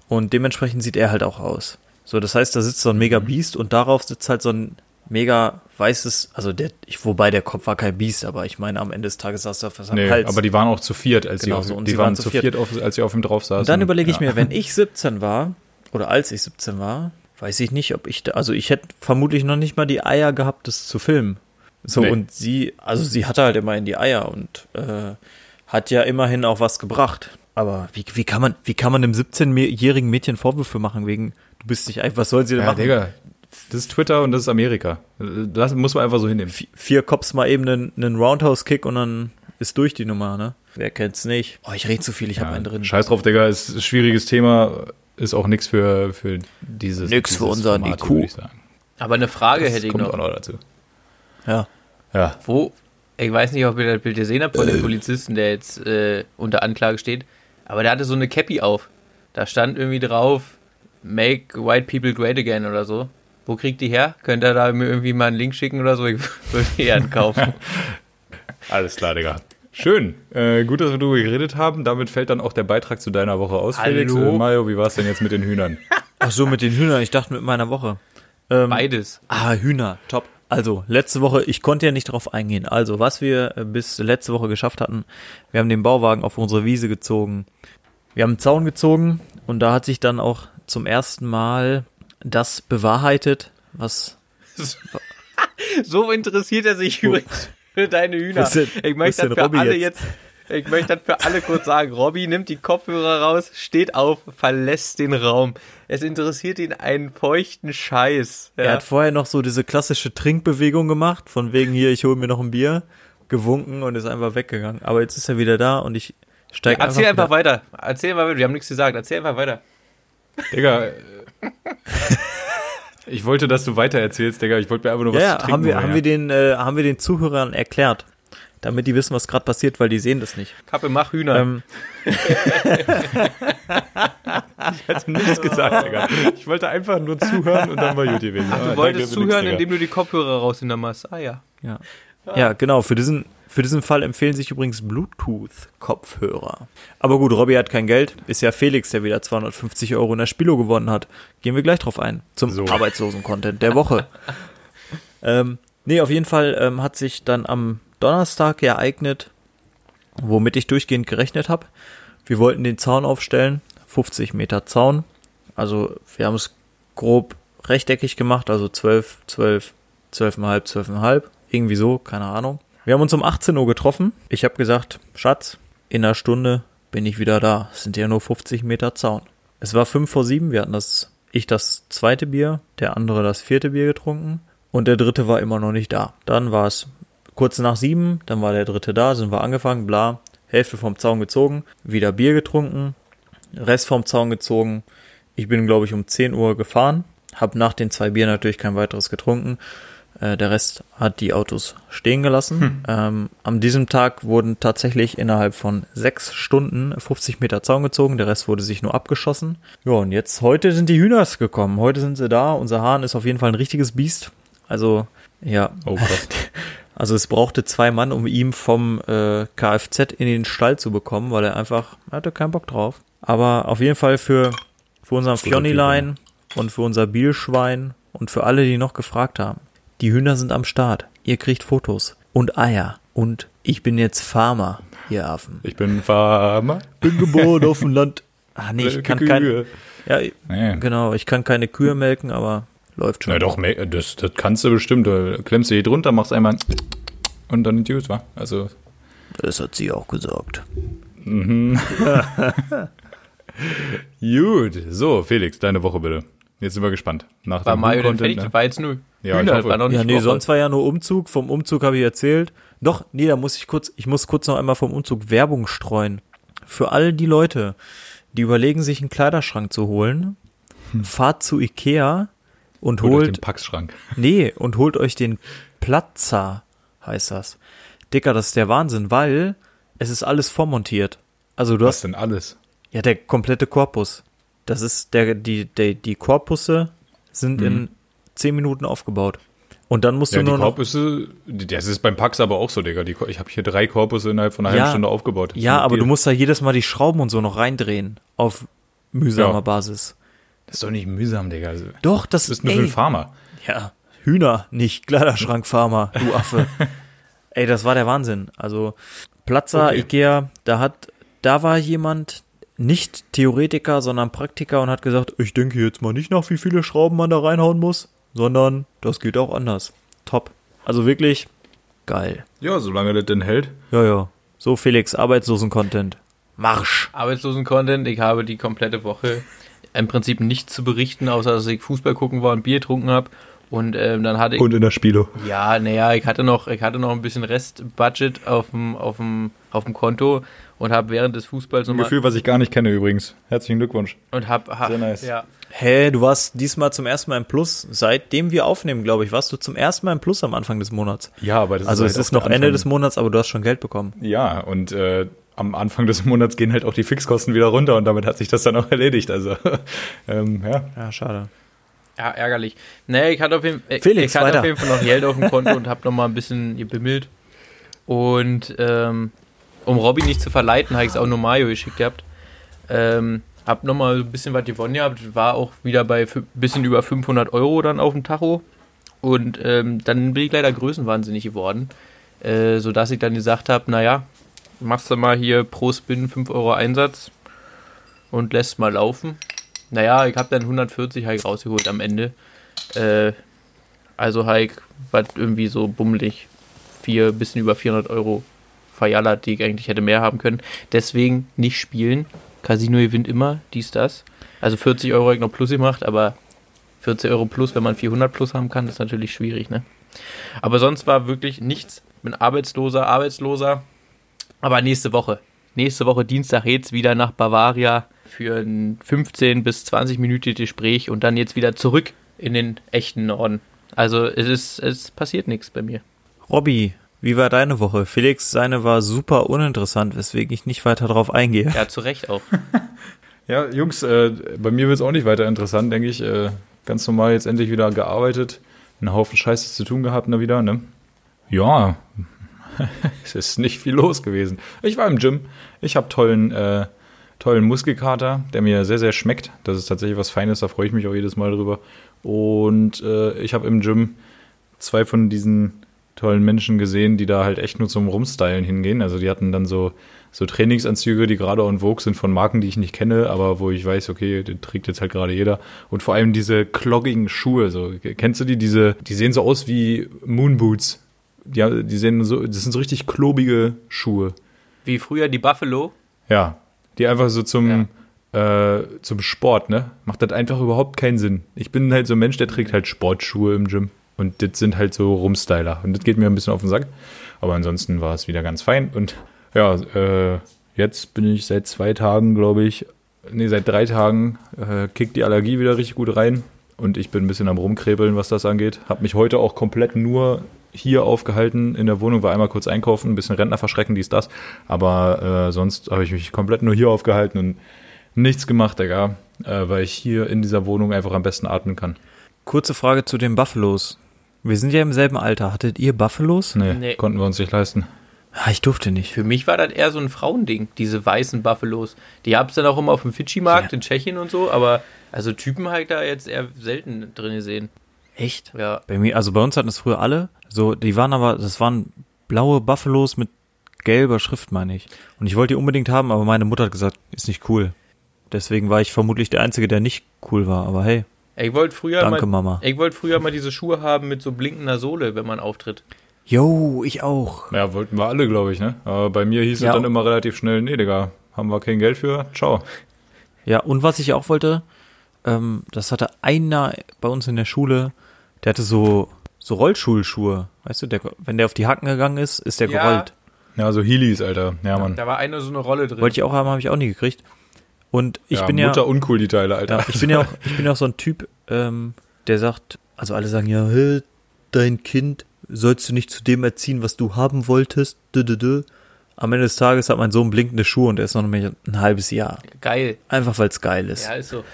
[SPEAKER 1] und dementsprechend sieht er halt auch aus. So, das heißt, da sitzt so ein mega
[SPEAKER 2] Mhm.
[SPEAKER 1] Biest und darauf sitzt halt so ein mega weißes, also der, ich, wobei der Kopf war kein Biest, aber ich meine, am Ende des Tages saß er auf seinem
[SPEAKER 2] Nee,
[SPEAKER 1] Hals.
[SPEAKER 2] aber die waren auch zu viert, als
[SPEAKER 1] Genau
[SPEAKER 2] die,
[SPEAKER 1] so, und
[SPEAKER 2] die
[SPEAKER 1] sie
[SPEAKER 2] waren,
[SPEAKER 1] waren
[SPEAKER 2] zu
[SPEAKER 1] zu
[SPEAKER 2] viert, auf, als sie auf ihm drauf saßen.
[SPEAKER 1] Und dann überlege ich
[SPEAKER 2] ja.
[SPEAKER 1] mir, wenn ich 17 war oder als ich 17 war, weiß ich nicht, ob ich da, also ich hätte vermutlich noch nicht mal die Eier gehabt, das zu filmen. So
[SPEAKER 2] Nee.
[SPEAKER 1] und sie, also sie hatte halt immerhin die Eier und äh, hat ja immerhin auch was gebracht. Aber wie, wie kann man, wie kann man einem 17-jährigen Mädchen Vorwürfe machen wegen, du bist nicht einfach, was soll sie denn
[SPEAKER 2] Ja,
[SPEAKER 1] machen?
[SPEAKER 2] Digga, das ist Twitter und das ist Amerika. Das muss man einfach so hinnehmen.
[SPEAKER 1] Vi- Vier Cops mal eben einen, einen Roundhouse-Kick und dann ist durch die Nummer, ne? Wer kennt's nicht? Oh, ich rede zu viel, ich hab
[SPEAKER 2] Ja,
[SPEAKER 1] einen drin.
[SPEAKER 2] Scheiß drauf, Digga, ist ein schwieriges Thema, ist auch nichts für, für dieses.
[SPEAKER 1] Nix
[SPEAKER 2] dieses
[SPEAKER 1] für unseren
[SPEAKER 2] Format,
[SPEAKER 1] IQ.
[SPEAKER 2] würde Ich sagen.
[SPEAKER 3] Aber eine Frage
[SPEAKER 2] Das
[SPEAKER 3] hätte ich
[SPEAKER 2] kommt
[SPEAKER 3] noch.
[SPEAKER 2] auch noch dazu.
[SPEAKER 1] Ja.
[SPEAKER 2] Ja,
[SPEAKER 3] Wo, ich weiß nicht, ob ihr das Bild gesehen habt von
[SPEAKER 1] Äh.
[SPEAKER 3] dem Polizisten, der jetzt äh, unter Anklage steht, aber der hatte so eine Cappy auf. Da stand irgendwie drauf, make white people great again oder so. Wo kriegt die her? Könnt ihr da mir irgendwie mal einen Link schicken oder so? Ich würde die gern kaufen.
[SPEAKER 2] alles klar, Digga. Schön. Äh, gut, dass wir darüber geredet haben. Damit fällt dann auch der Beitrag zu deiner Woche aus, Felix.
[SPEAKER 3] Hallo.
[SPEAKER 2] Äh, Mario, wie war es denn jetzt mit den Hühnern?
[SPEAKER 1] Ach so, mit den Hühnern, ich dachte mit meiner Woche. Ähm,
[SPEAKER 3] Beides.
[SPEAKER 1] Ah, Hühner, top. Also, letzte Woche, ich konnte ja nicht drauf eingehen. Also, was wir äh, bis letzte Woche geschafft hatten, wir haben den Bauwagen auf unsere Wiese gezogen. Wir haben einen Zaun gezogen und da hat sich dann auch zum ersten Mal das bewahrheitet, was
[SPEAKER 3] So interessiert er sich übrigens für deine Hühner.
[SPEAKER 1] Wo ist denn-
[SPEAKER 3] ich
[SPEAKER 1] wo ist
[SPEAKER 3] möchte das
[SPEAKER 1] denn
[SPEAKER 3] für
[SPEAKER 1] Robby
[SPEAKER 3] alle jetzt.
[SPEAKER 1] jetzt?
[SPEAKER 3] ich möchte das für alle kurz sagen. Robby nimmt die Kopfhörer raus, steht auf, verlässt den Raum. Es interessiert ihn einen feuchten Scheiß.
[SPEAKER 1] Er
[SPEAKER 3] Ja.
[SPEAKER 1] hat vorher noch so diese klassische Trinkbewegung gemacht, von wegen hier, ich hole mir noch ein Bier, gewunken und ist einfach weggegangen. Aber jetzt ist er wieder da und ich steige einfach,
[SPEAKER 3] Erzähl einfach,
[SPEAKER 1] wieder-
[SPEAKER 3] weiter. Erzähl mal weiter. Wir haben nichts gesagt. Erzähl einfach weiter.
[SPEAKER 2] Digga. äh, Ich wollte, dass du weiter erzählst, Digga. Ich wollte mir einfach nur was
[SPEAKER 1] Ja,
[SPEAKER 2] zu
[SPEAKER 1] ja
[SPEAKER 2] trinken
[SPEAKER 1] haben, wir,
[SPEAKER 2] holen,
[SPEAKER 1] haben,
[SPEAKER 2] ja.
[SPEAKER 1] wir den, äh, haben wir den Zuhörern erklärt, damit die wissen, was gerade passiert, weil die sehen das nicht.
[SPEAKER 3] Kappe, mach Hühner.
[SPEAKER 1] Ähm,
[SPEAKER 2] Hast du nichts gesagt, Digga. Ich wollte einfach nur zuhören und dann war gut gewesen.
[SPEAKER 3] du wolltest zuhören, indem du die Kopfhörer rausgenommen hast. Ah ja.
[SPEAKER 1] Ja. Ja, genau. Für diesen, für diesen Fall empfehlen sich übrigens Bluetooth-Kopfhörer. Aber gut, Robby hat kein Geld. Ist ja Felix, der wieder 250 Euro in der Spilo gewonnen hat. Gehen wir gleich drauf ein. Zum
[SPEAKER 2] So.
[SPEAKER 1] Arbeitslosen-Content der Woche. ähm, nee, auf jeden Fall ähm, hat sich dann am Donnerstag ereignet, womit ich durchgehend gerechnet habe. Wir wollten den Zaun aufstellen. 50 Meter Zaun. Also wir haben es grob rechteckig gemacht, also 12, 12, 12,5, 12,5, irgendwie so, keine Ahnung. Wir haben uns um 18 Uhr getroffen. Ich habe gesagt, Schatz, in einer Stunde bin ich wieder da. Es sind ja nur 50 Meter Zaun. Es war 5 vor 7, wir hatten das, ich das zweite Bier, der andere das vierte Bier getrunken und der dritte war immer noch nicht da. Dann war es kurz nach 7, dann war der dritte da, sind wir angefangen, bla, Hälfte vom Zaun gezogen, wieder Bier getrunken, Rest vom Zaun gezogen. Ich bin, glaube ich, um 10 Uhr gefahren, habe nach den zwei Bier natürlich kein weiteres getrunken. Äh, der Rest hat die Autos stehen gelassen. Ähm, an diesem Tag wurden tatsächlich innerhalb von sechs Stunden 50 Meter Zaun gezogen. Der Rest wurde sich nur abgeschossen. Ja, und jetzt, heute sind die Hühners gekommen. Heute sind sie da. Unser Hahn ist auf jeden Fall ein richtiges Biest. Also, ja.
[SPEAKER 2] Oh Gott.
[SPEAKER 1] Also es brauchte zwei Mann, um ihn vom äh, Kfz in den Stall zu bekommen, weil er einfach, er hatte keinen Bock draff. Aber auf jeden Fall für, für unseren
[SPEAKER 2] Guter
[SPEAKER 1] Fionnilein und für unser Bielschwein und für alle, die noch gefragt haben. Die Hühner sind am Start. Ihr kriegt Fotos und Eier. Und ich bin jetzt Farmer, ihr Affen.
[SPEAKER 2] Ich bin Farmer.
[SPEAKER 1] Bin geboren auf dem Land. Äh, Ach Ah, nee, ich kann keine. Ja, ich-
[SPEAKER 2] Nee.
[SPEAKER 1] genau, ich kann keine Kühe melken, aber läuft schon.
[SPEAKER 2] Na doch, me- das, das kannst du bestimmt. Du klemmst du hier drunter, machst einmal und dann ist gut, wa? Also,
[SPEAKER 1] Das hat sie auch gesagt.
[SPEAKER 2] Mhm. gut. So, Felix, deine Woche bitte. Jetzt sind wir gespannt. Nach
[SPEAKER 3] War
[SPEAKER 2] dem
[SPEAKER 3] Mario denn
[SPEAKER 2] Content,
[SPEAKER 3] fertig?
[SPEAKER 2] ne?
[SPEAKER 3] War jetzt nur
[SPEAKER 2] Ja, ich
[SPEAKER 3] Hühner.
[SPEAKER 2] hoffe.
[SPEAKER 3] war noch nicht
[SPEAKER 1] Ja, nee,
[SPEAKER 3] Woche.
[SPEAKER 1] sonst war ja nur Umzug. Vom Umzug habe ich erzählt. Doch, nee, da muss ich kurz, ich muss kurz noch einmal vom Umzug Werbung streuen. Für all die Leute, die überlegen, sich einen Kleiderschrank zu holen, fahrt zu Ikea und
[SPEAKER 2] Hm. Holt euch
[SPEAKER 1] holt,
[SPEAKER 2] den Packschrank.
[SPEAKER 1] nee, und holt euch den Platzer, heißt das. Dicker, das ist der Wahnsinn, weil es ist alles vormontiert. Also du
[SPEAKER 2] Was
[SPEAKER 1] hast,
[SPEAKER 2] denn alles?
[SPEAKER 1] ja, der komplette Korpus. Das ist der, die, der, die Korpusse sind in zehn Minuten aufgebaut. Und dann musst
[SPEAKER 2] Mhm. Ja,
[SPEAKER 1] du
[SPEAKER 2] die
[SPEAKER 1] nur noch
[SPEAKER 2] Korpusse, die- das ist beim Pax aber auch so, Digga. Die, Ko- ich habe hier drei Korpusse innerhalb von einer halben
[SPEAKER 1] Ja.
[SPEAKER 2] Stunde aufgebaut.
[SPEAKER 1] Ja, aber
[SPEAKER 2] Die-
[SPEAKER 1] du musst da jedes Mal die Schrauben und so noch reindrehen auf mühsamer
[SPEAKER 2] Ja.
[SPEAKER 1] Basis.
[SPEAKER 2] Das ist doch nicht mühsam, Digga. Das
[SPEAKER 1] Doch, das
[SPEAKER 2] ist nur für
[SPEAKER 1] ey,
[SPEAKER 2] den Farmer.
[SPEAKER 1] Ja, Hühner, nicht Kleiderschrankfarmer, du Affe. ey, das war der Wahnsinn. Also Plaza,
[SPEAKER 2] Okay.
[SPEAKER 1] Ikea, da hat, da war jemand nicht Theoretiker, sondern Praktiker und hat gesagt, ich denke jetzt mal nicht nach, wie viele Schrauben man da reinhauen muss, sondern das geht auch anders. Top. Also wirklich geil.
[SPEAKER 2] Ja, solange das denn hält.
[SPEAKER 1] Ja, ja. So Felix, Arbeitslosen-Content. Marsch.
[SPEAKER 3] Arbeitslosen-Content. Ich habe die komplette Woche im Prinzip nichts zu berichten, außer dass ich Fußball gucken war und Bier getrunken habe. Und ähm, dann hatte ich.
[SPEAKER 2] Und in der Spielo.
[SPEAKER 3] Ja, naja, ich hatte noch, ich hatte noch ein bisschen Restbudget auf dem, auf dem, auf dem Konto und habe während des Fußballs
[SPEAKER 2] Ein
[SPEAKER 3] nochmal.
[SPEAKER 2] Gefühl, was ich gar nicht kenne übrigens. Herzlichen Glückwunsch.
[SPEAKER 3] Und hab, ha,
[SPEAKER 2] Sehr nice.
[SPEAKER 3] Ja,
[SPEAKER 1] Hä, du warst diesmal zum ersten Mal im Plus. Seitdem wir aufnehmen, glaube ich, warst du zum ersten Mal im Plus am Anfang des Monats.
[SPEAKER 2] Ja, aber das
[SPEAKER 1] Also
[SPEAKER 2] halt
[SPEAKER 1] es ist
[SPEAKER 2] auch der
[SPEAKER 1] noch Ende
[SPEAKER 2] Anfang.
[SPEAKER 1] des Monats, aber du hast schon Geld bekommen.
[SPEAKER 2] Ja, und äh, am Anfang des Monats gehen halt auch die Fixkosten wieder runter und damit hat sich das dann auch erledigt. Also, ähm, ja.
[SPEAKER 1] Ja, schade.
[SPEAKER 3] ja ärgerlich. Naja, ich hatte auf jeden, äh,
[SPEAKER 1] Felix,
[SPEAKER 3] ich hatte
[SPEAKER 1] weiter.
[SPEAKER 3] auf jeden Fall noch Geld auf dem Konto und habe nochmal ein bisschen gebimmelt. Und ähm, um Robby nicht zu verleiten, habe ich es auch nur Mario geschickt gehabt. Ähm, hab nochmal ein bisschen was gewonnen gehabt, war auch wieder bei fü- bisschen über 500 Euro dann auf dem Tacho. Und ähm, dann bin ich leider größenwahnsinnig geworden, äh, sodass ich dann gesagt habe, naja, machst du mal hier pro Spin 5 Euro Einsatz und lässt mal laufen. Naja, ich habe dann 140 halt rausgeholt am Ende. Äh, also halt, was irgendwie so bummelig, vier, bisschen über 400 Euro verjallert, die ich eigentlich hätte mehr haben können. Deswegen nicht spielen. Casino gewinnt immer, dies, das. Also 40 Euro hätte ich noch plus gemacht, aber 40 Euro plus, wenn man 400 plus haben kann, ist natürlich schwierig, ne? Aber sonst war wirklich nichts. Bin arbeitsloser, arbeitsloser. Aber nächste Woche. Nächste Woche Dienstag geht's wieder nach Bavaria für ein 15 bis 20 minütiges Gespräch und dann jetzt wieder zurück in den echten Norden. Also es ist, es passiert nichts bei mir.
[SPEAKER 1] Robby, wie war deine Woche? Felix, seine war super uninteressant, weswegen ich nicht weiter drauf eingehe.
[SPEAKER 3] Ja, zu Recht auch.
[SPEAKER 2] Ja, Jungs, äh, bei mir wird es auch nicht weiter interessant, denke ich. Äh, ganz normal jetzt endlich wieder gearbeitet. Einen Haufen Scheiße zu tun gehabt, ne, wieder, ne? Ja, es ist nicht viel los gewesen. Ich war im Gym. Ich habe tollen, äh, tollen Muskelkater, der mir sehr, sehr schmeckt. Das ist tatsächlich was Feines, da freue ich mich auch jedes Mal drüber. Und äh, ich habe im Gym zwei von diesen tollen Menschen gesehen, die da halt echt nur zum Rumstylen hingehen. Also die hatten dann so, so Trainingsanzüge, die gerade on vogue sind von Marken, die ich nicht kenne, aber wo ich weiß, okay, den trägt jetzt halt gerade jeder. Und vor allem diese cloggigen Schuhe, so, kennst du die? Diese, die sehen so aus wie Moonboots. Die, die sehen so, das sind so richtig klobige Schuhe.
[SPEAKER 3] Wie früher die Buffalo.
[SPEAKER 2] Ja, die einfach so zum, äh, zum Sport, ne? Macht das einfach überhaupt keinen Sinn. Ich bin halt so ein Mensch, der trägt halt Sportschuhe im Gym. Und das sind halt so Rumstyler. Und das geht mir ein bisschen auf den Sack. Aber ansonsten war es wieder ganz fein. Und ja, äh, jetzt bin ich seit zwei Tagen, glaube ich, nee, seit drei Tagen äh, kickt die Allergie wieder richtig gut rein. Und ich bin ein bisschen am Rumkrebeln, was das angeht. Hab mich heute auch komplett nur hier aufgehalten in der Wohnung, war einmal kurz einkaufen, ein bisschen Rentner verschrecken, dies, das. Aber äh, sonst habe ich mich komplett nur hier aufgehalten und nichts gemacht, Digga. Äh, weil ich hier in dieser Wohnung einfach am besten atmen kann.
[SPEAKER 1] Kurze Frage zu den Buffalos. Wir sind ja im selben Alter. Hattet ihr Buffalos?
[SPEAKER 2] Nee,
[SPEAKER 3] Nee.
[SPEAKER 2] konnten wir uns nicht leisten.
[SPEAKER 1] Ah, Ich durfte nicht.
[SPEAKER 3] Für mich war das eher so ein Frauending, diese weißen Buffalos. Die hab's dann auch immer auf dem Fidschi-Markt in Tschechien und so, aber also Typen halt da jetzt eher selten drin gesehen.
[SPEAKER 1] Echt?
[SPEAKER 3] Ja.
[SPEAKER 1] Bei mir, also bei uns hatten es früher alle. So, die waren aber, das waren blaue Buffalos mit gelber Schrift, meine ich. Und ich wollte die unbedingt haben, aber meine Mutter hat gesagt, ist nicht cool. Deswegen war ich vermutlich der Einzige, der nicht cool war. Aber hey,
[SPEAKER 3] Ich wollte früher
[SPEAKER 1] danke
[SPEAKER 3] mal.
[SPEAKER 1] Mama.
[SPEAKER 3] Ich wollte früher mal diese Schuhe haben mit so blinkender Sohle, wenn man auftritt.
[SPEAKER 1] Yo, ich auch.
[SPEAKER 2] Ja, wollten wir alle, glaube ich, ne? Aber bei mir hieß
[SPEAKER 1] Ja.
[SPEAKER 2] es dann immer relativ schnell, nee, Digga, haben wir kein Geld für? Ciao.
[SPEAKER 1] Ja, und was ich auch wollte, ähm, das hatte einer bei uns in der Schule, der hatte so, so Rollschulschuhe. Weißt du, der, wenn der auf die Hacken gegangen ist, ist der
[SPEAKER 3] Ja.
[SPEAKER 1] gerollt.
[SPEAKER 2] Ja, so Heelys, Alter. Ja, Mann.
[SPEAKER 3] Da war eine so eine Rolle drin.
[SPEAKER 1] Wollte ich auch haben, habe ich auch nie gekriegt. Und ich
[SPEAKER 2] ja,
[SPEAKER 1] bin ja,
[SPEAKER 2] Mutter uncool, die Teile, Alter.
[SPEAKER 1] ja, ich bin ja auch, ich bin ja auch so ein Typ, ähm, der sagt, also alle sagen ja, hä, dein Kind sollst du nicht zu dem erziehen, was du haben wolltest. Dö, dö, dö. Am Ende des Tages hat mein Sohn blinkende Schuhe und er ist noch nämlich ein halbes Jahr.
[SPEAKER 3] Geil.
[SPEAKER 1] Einfach weil es geil ist.
[SPEAKER 3] Ja, ist so.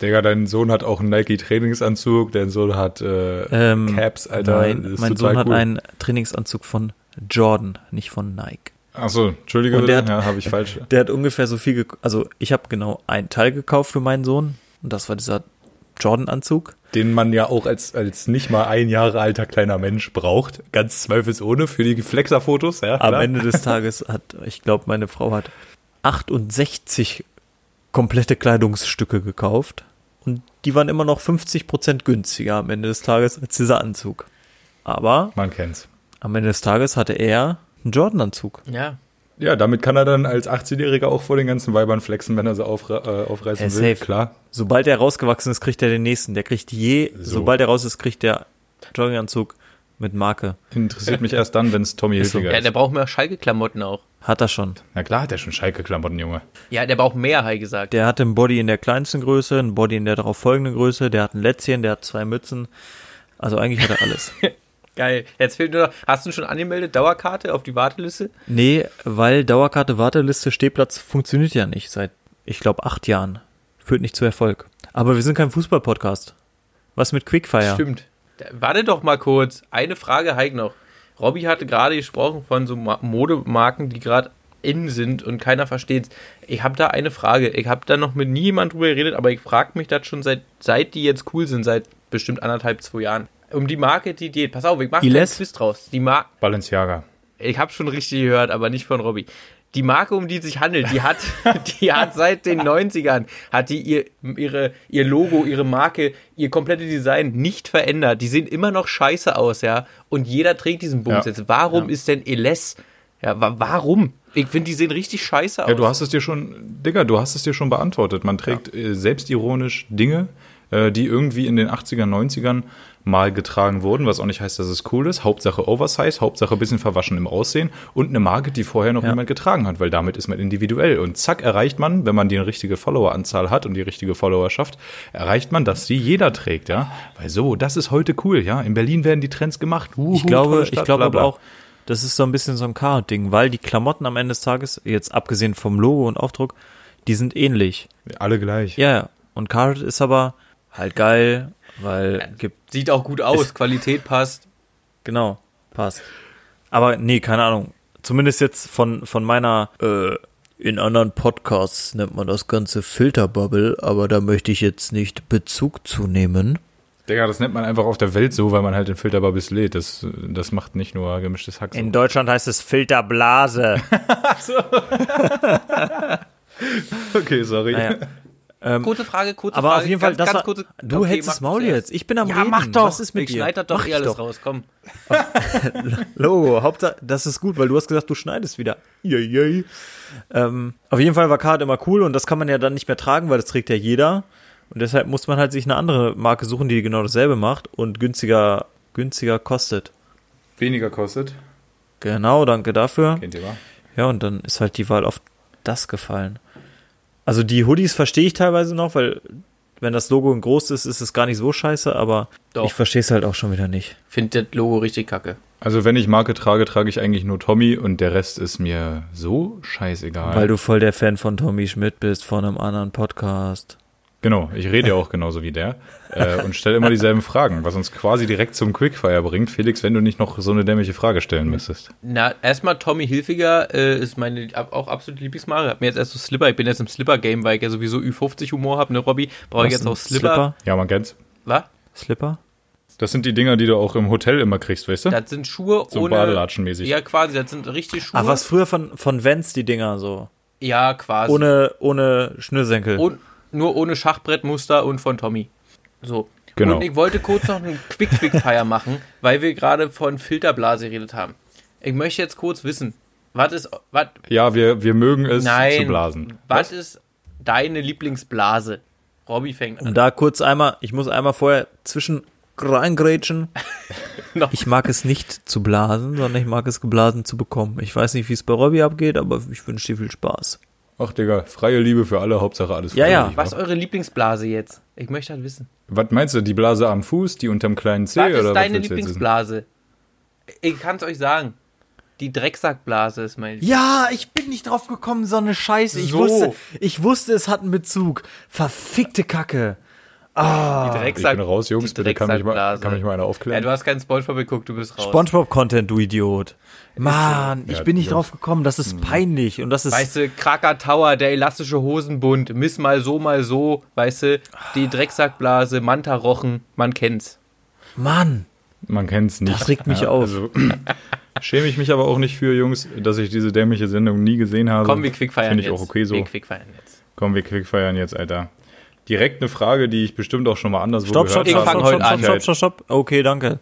[SPEAKER 2] Digga, dein Sohn hat auch einen Nike-Trainingsanzug, dein Sohn hat äh,
[SPEAKER 1] Ähm,
[SPEAKER 2] Caps, Alter.
[SPEAKER 1] Nein,
[SPEAKER 2] ist
[SPEAKER 1] mein
[SPEAKER 2] total
[SPEAKER 1] Sohn hat
[SPEAKER 2] cool.
[SPEAKER 1] einen Trainingsanzug von Jordan, nicht von Nike.
[SPEAKER 2] Achso, entschuldige
[SPEAKER 1] Und
[SPEAKER 2] bitte,
[SPEAKER 1] der hat-
[SPEAKER 2] ja, habe ich falsch.
[SPEAKER 1] Der hat ungefähr so viel, gek- also ich habe genau ein Teil gekauft für meinen Sohn und das war dieser Jordan-Anzug.
[SPEAKER 2] Den man ja auch als, als nicht mal ein Jahre alter kleiner Mensch braucht. Ganz zweifelsohne für die Flexer-Fotos. Ja,
[SPEAKER 1] Am
[SPEAKER 2] klar.
[SPEAKER 1] Ende des Tages hat, ich glaube, meine Frau hat 68 komplette Kleidungsstücke gekauft und die waren immer noch 50% günstiger am Ende des Tages als dieser Anzug. Aber
[SPEAKER 2] Man kennt's.
[SPEAKER 1] am Ende des Tages hatte er einen Jordan-Anzug.
[SPEAKER 3] Ja.
[SPEAKER 2] Ja, damit kann er dann als 18-Jähriger auch vor den ganzen Weibern flexen, wenn er sie aufre äh, aufreißen
[SPEAKER 1] Ja,
[SPEAKER 2] will.
[SPEAKER 1] safe.
[SPEAKER 2] Klar.
[SPEAKER 1] Sobald er rausgewachsen ist, kriegt er den nächsten. Der kriegt je,
[SPEAKER 2] So.
[SPEAKER 1] sobald er raus ist, kriegt der Jogginganzug mit Marke.
[SPEAKER 2] Interessiert mich erst dann, wenn es Tommy
[SPEAKER 1] Ist so.
[SPEAKER 2] Hilfiger
[SPEAKER 3] Ja,
[SPEAKER 2] ist.
[SPEAKER 3] der braucht mehr Schalke-Klamotten auch.
[SPEAKER 1] Hat er schon.
[SPEAKER 2] Na klar hat er schon Schalke-Klamotten, Junge.
[SPEAKER 3] Ja, der braucht mehr, habe ich gesagt.
[SPEAKER 1] Der hat einen Body in der kleinsten Größe, einen Body in der darauf folgenden Größe, der hat ein Lätzchen, der hat zwei Mützen. Also eigentlich hat er alles.
[SPEAKER 3] Geil. Jetzt fehlt nur noch. Hast du schon angemeldet? Dauerkarte auf die Warteliste?
[SPEAKER 1] nee, weil Dauerkarte, Warteliste, Stehplatz funktioniert ja nicht seit, ich glaube, acht Jahren. Führt nicht zu Erfolg. Aber wir sind kein Fußball-Podcast. Was mit Quickfire?
[SPEAKER 3] Stimmt. Da- Warte doch mal kurz. Eine Frage Heik noch. Robby hatte gerade gesprochen von so Ma- Modemarken, die gerade in sind und keiner versteht's. Ich habe da eine Frage. Ich habe da noch mit nie jemand drüber geredet, aber ich frage mich das schon seit seit die jetzt cool sind, seit bestimmt anderthalb, zwei Jahren. Um die Marke, die geht. Pass auf, ich mache einen
[SPEAKER 1] Iles?
[SPEAKER 3] Quiz draus. Die Marke.
[SPEAKER 2] Balenciaga.
[SPEAKER 3] ich habe schon richtig gehört, aber nicht von Robby. Die Marke, um die es sich handelt, die hat, die hat seit den 90ern, hat die ihr, ihre, ihr Logo, ihre Marke, ihr komplettes Design nicht verändert. Die sehen immer noch scheiße aus, ja. Und jeder trägt diesen Bums
[SPEAKER 2] Ja.
[SPEAKER 3] jetzt. Warum ist denn Eles? Ja, wa warum? Ich finde, die sehen richtig scheiße aus.
[SPEAKER 2] Ja, du hast es dir schon, Digga, du hast es dir schon beantwortet. Man trägt äh, selbstironisch Dinge, äh, die irgendwie in den 80ern, 90ern mal getragen wurden, was auch nicht heißt, dass es cool ist. Hauptsache Oversize, Hauptsache ein bisschen verwaschen im Aussehen und eine Marke, die vorher noch niemand getragen hat, weil damit ist man individuell. Und zack, erreicht man, wenn man die richtige Followeranzahl hat und die richtige Followerschaft, erreicht man, dass sie jeder trägt, ja. Weil so, das ist heute cool, ja. In Berlin werden die Trends gemacht. Wuhu,
[SPEAKER 1] Ich glaube,
[SPEAKER 2] tolle Stadt,
[SPEAKER 1] ich glaube
[SPEAKER 2] bla, bla.
[SPEAKER 1] aber auch, das ist so ein bisschen so ein Chaos-Ding, weil die Klamotten am Ende des Tages, jetzt abgesehen vom Logo und Aufdruck, die sind ähnlich.
[SPEAKER 2] Alle gleich.
[SPEAKER 1] Ja, ja. Und Chaos ist aber halt geil, weil gibt,
[SPEAKER 3] Sieht auch gut aus, Qualität passt.
[SPEAKER 1] genau, passt. Aber nee, keine Ahnung. Zumindest jetzt von, von meiner, äh, in anderen Podcasts nennt man das Ganze Filterbubble, aber da möchte ich jetzt nicht Bezug zu nehmen.
[SPEAKER 2] Digga, das nennt man einfach auf der Welt so, weil man halt den Filterbubbles lädt. Das, das macht nicht nur gemischtes Hack. so.
[SPEAKER 1] In Deutschland heißt es Filterblase.
[SPEAKER 2] Okay, sorry.
[SPEAKER 1] Naja.
[SPEAKER 3] Kurze Frage, kurze
[SPEAKER 1] Ähm, Aber
[SPEAKER 3] Frage.
[SPEAKER 1] auf jeden Fall,
[SPEAKER 3] ganz,
[SPEAKER 1] das
[SPEAKER 3] ganz
[SPEAKER 1] war,
[SPEAKER 3] kurze,
[SPEAKER 1] du
[SPEAKER 3] Okay,
[SPEAKER 1] hältst
[SPEAKER 3] mach
[SPEAKER 1] das Maul
[SPEAKER 3] zuerst.
[SPEAKER 1] jetzt. Ich bin am
[SPEAKER 3] Ja,
[SPEAKER 1] Reden.
[SPEAKER 3] mach doch.
[SPEAKER 1] Was ist mit
[SPEAKER 3] ich
[SPEAKER 1] dir?
[SPEAKER 3] schneid das doch
[SPEAKER 1] Mach
[SPEAKER 3] eh
[SPEAKER 1] ich
[SPEAKER 3] alles
[SPEAKER 1] doch.
[SPEAKER 3] raus, komm.
[SPEAKER 1] Logo, Hauptsache, das ist gut, weil du hast gesagt, du schneidest wieder. Yay, yay. Ähm, auf jeden Fall war Card immer cool und das kann man ja dann nicht mehr tragen, weil das trägt ja jeder. Und deshalb muss man halt sich eine andere Marke suchen, die genau dasselbe macht und günstiger, günstiger kostet.
[SPEAKER 2] Weniger kostet.
[SPEAKER 1] Genau, danke dafür.
[SPEAKER 2] Kennt ihr, wa?
[SPEAKER 1] Ja, und dann ist halt die Wahl auf das gefallen. Also die Hoodies verstehe ich teilweise noch, weil wenn das Logo in groß ist, ist es gar nicht so scheiße, aber
[SPEAKER 3] Doch.
[SPEAKER 1] ich verstehe es halt auch schon wieder nicht.
[SPEAKER 3] Finde das Logo richtig kacke.
[SPEAKER 2] Also wenn ich Marke trage, trage ich eigentlich nur Tommy und der Rest ist mir so scheißegal.
[SPEAKER 1] Weil du voll der Fan von Tommy Schmidt bist, von einem anderen Podcast.
[SPEAKER 2] genau, ich rede ja auch genauso wie der äh, und stelle immer dieselben Fragen, was uns quasi direkt zum Quickfire bringt. Felix, wenn du nicht noch so eine dämliche Frage stellen müsstest.
[SPEAKER 3] Na, erstmal Tommy Hilfiger äh, ist meine ab, auch absolute Lieblingsmarke. Hab mir jetzt erst so Slipper. Ich bin jetzt im Slipper-Game, weil ich ja sowieso Ü50-Humor habe, ne, Robby? Brauche ich
[SPEAKER 1] Was,
[SPEAKER 3] jetzt auch
[SPEAKER 1] ein
[SPEAKER 3] Slipper.
[SPEAKER 2] Ja, man kennt's.
[SPEAKER 3] Was?
[SPEAKER 1] Slipper?
[SPEAKER 2] Das sind die Dinger, die du auch im Hotel immer kriegst, weißt du?
[SPEAKER 3] Das sind Schuhe
[SPEAKER 2] so
[SPEAKER 3] ohne.
[SPEAKER 2] badelatschenmäßig.
[SPEAKER 3] Ja, quasi. Das sind richtig Schuhe.
[SPEAKER 1] Ah, was früher von, von Vans die Dinger so.
[SPEAKER 3] Ja, quasi.
[SPEAKER 1] Ohne, ohne Schnürsenkel.
[SPEAKER 3] Und, nur ohne Schachbrettmuster und von Tommy. So.
[SPEAKER 2] Genau.
[SPEAKER 3] Und ich wollte kurz noch einen Quick-Quick-Fire machen, weil wir gerade von Filterblase geredet haben. Ich möchte jetzt kurz wissen, was ist, was,
[SPEAKER 2] Ja, wir, wir mögen es
[SPEAKER 3] nein,
[SPEAKER 2] zu blasen.
[SPEAKER 3] was ist deine Lieblingsblase? Robby fängt an.
[SPEAKER 1] Und da kurz einmal, ich muss einmal vorher zwischen reingrätschen.
[SPEAKER 3] Noch.
[SPEAKER 1] ich mag es nicht zu blasen, sondern ich mag es geblasen zu bekommen. Ich weiß nicht, wie es bei Robbie abgeht, aber ich wünsche dir viel Spaß.
[SPEAKER 2] Ach, Digga, freie Liebe für alle, Hauptsache alles
[SPEAKER 1] Ja, ja.
[SPEAKER 2] freiwillig,
[SPEAKER 3] Was
[SPEAKER 2] wa?
[SPEAKER 3] ist eure Lieblingsblase jetzt? Ich möchte das wissen.
[SPEAKER 2] Was meinst du, die Blase am Fuß, die unterm kleinen Zeh?
[SPEAKER 3] Was
[SPEAKER 2] oder
[SPEAKER 3] ist
[SPEAKER 2] willst du jetzt
[SPEAKER 3] deine
[SPEAKER 2] wissen?
[SPEAKER 3] Lieblingsblase? Ich kann es euch sagen. Die Drecksackblase ist meine Lieblingsblase.
[SPEAKER 1] Ja, ich bin nicht drauf gekommen, so eine Scheiße. Ich
[SPEAKER 3] So.
[SPEAKER 1] wusste, ich wusste, es hat einen Bezug. Verfickte Kacke. Ah,
[SPEAKER 3] Die
[SPEAKER 2] Ich
[SPEAKER 3] Drecksack.
[SPEAKER 2] bin raus, Jungs,
[SPEAKER 3] die
[SPEAKER 2] bitte kann mich, mal,
[SPEAKER 3] Drecksackblase.
[SPEAKER 2] kann mich mal einer
[SPEAKER 3] Ja,
[SPEAKER 2] aufklären.
[SPEAKER 3] du hast keinen Spongebob geguckt, du bist raus.
[SPEAKER 1] Spongebob-Content, du Idiot. Mann, ich
[SPEAKER 2] Ja,
[SPEAKER 1] bin nicht
[SPEAKER 2] Jungs.
[SPEAKER 1] drauf gekommen. Das ist peinlich. Und das ist.
[SPEAKER 3] Weißt du, Kraker Tower, der elastische Hosenbund, Miss mal so, mal so, weißt du, die Drecksackblase, Mantarochen, man kennt's.
[SPEAKER 1] Mann.
[SPEAKER 2] Man kennt es nicht.
[SPEAKER 1] Das regt mich auf.
[SPEAKER 2] Also, schäme ich mich aber auch nicht für, Jungs, dass ich diese dämliche Sendung nie gesehen habe.
[SPEAKER 3] Komm, wir quickfeiern
[SPEAKER 2] Finde Hm. ich
[SPEAKER 3] jetzt.
[SPEAKER 2] auch okay so.
[SPEAKER 3] Wir quickfeiern jetzt.
[SPEAKER 2] Komm, wir quickfeiern jetzt, Alter. Direkt eine Frage, die ich bestimmt auch schon mal anderswo
[SPEAKER 1] Stopp, stopp,
[SPEAKER 2] gehört
[SPEAKER 3] Ich
[SPEAKER 1] stopp,
[SPEAKER 2] habe.
[SPEAKER 3] fang
[SPEAKER 1] stopp,
[SPEAKER 3] heute
[SPEAKER 1] stopp, stopp,
[SPEAKER 3] an.
[SPEAKER 1] stopp, stopp, stopp. Okay, danke.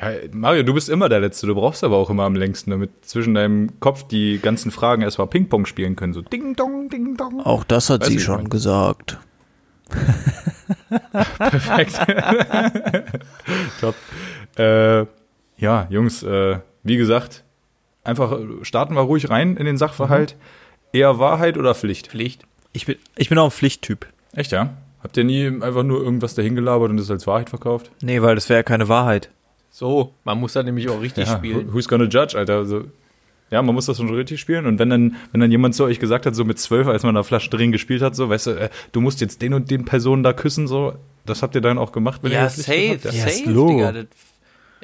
[SPEAKER 2] Ja, Mario, du bist immer der Letzte. Du brauchst aber auch immer am längsten, damit zwischen deinem Kopf die ganzen Fragen erstmal Ping-Pong spielen können. So ding, dong, ding, dong.
[SPEAKER 1] Auch das hat
[SPEAKER 2] Weiß sie ich schon nicht.
[SPEAKER 1] gesagt.
[SPEAKER 2] Perfekt. Top. Äh, ja, Jungs, äh, wie gesagt, einfach äh, starten wir ruhig rein in den Sachverhalt. Eher Wahrheit oder Pflicht?
[SPEAKER 3] Pflicht.
[SPEAKER 1] Ich bin, ich bin auch ein Pflichttyp.
[SPEAKER 2] Echt, ja? Habt ihr nie einfach nur irgendwas dahingelabert und es als Wahrheit verkauft?
[SPEAKER 1] Nee, weil das wäre ja keine Wahrheit.
[SPEAKER 3] So, man muss da nämlich auch richtig
[SPEAKER 2] Ja,
[SPEAKER 3] spielen.
[SPEAKER 2] who- who's gonna judge, Alter? Also, ja, man muss das schon richtig spielen. Und wenn dann, wenn dann jemand zu euch gesagt hat, so mit zwölf, als man da Flaschen drehen gespielt hat, so, weißt du, äh, du musst jetzt den und den Personen da küssen, so, das habt ihr dann auch gemacht, wenn ihr
[SPEAKER 3] Ja,
[SPEAKER 2] Pflicht
[SPEAKER 3] safe,
[SPEAKER 2] habt, ja.
[SPEAKER 1] Ja,
[SPEAKER 3] safe,
[SPEAKER 1] ist low.
[SPEAKER 3] Digga. Das,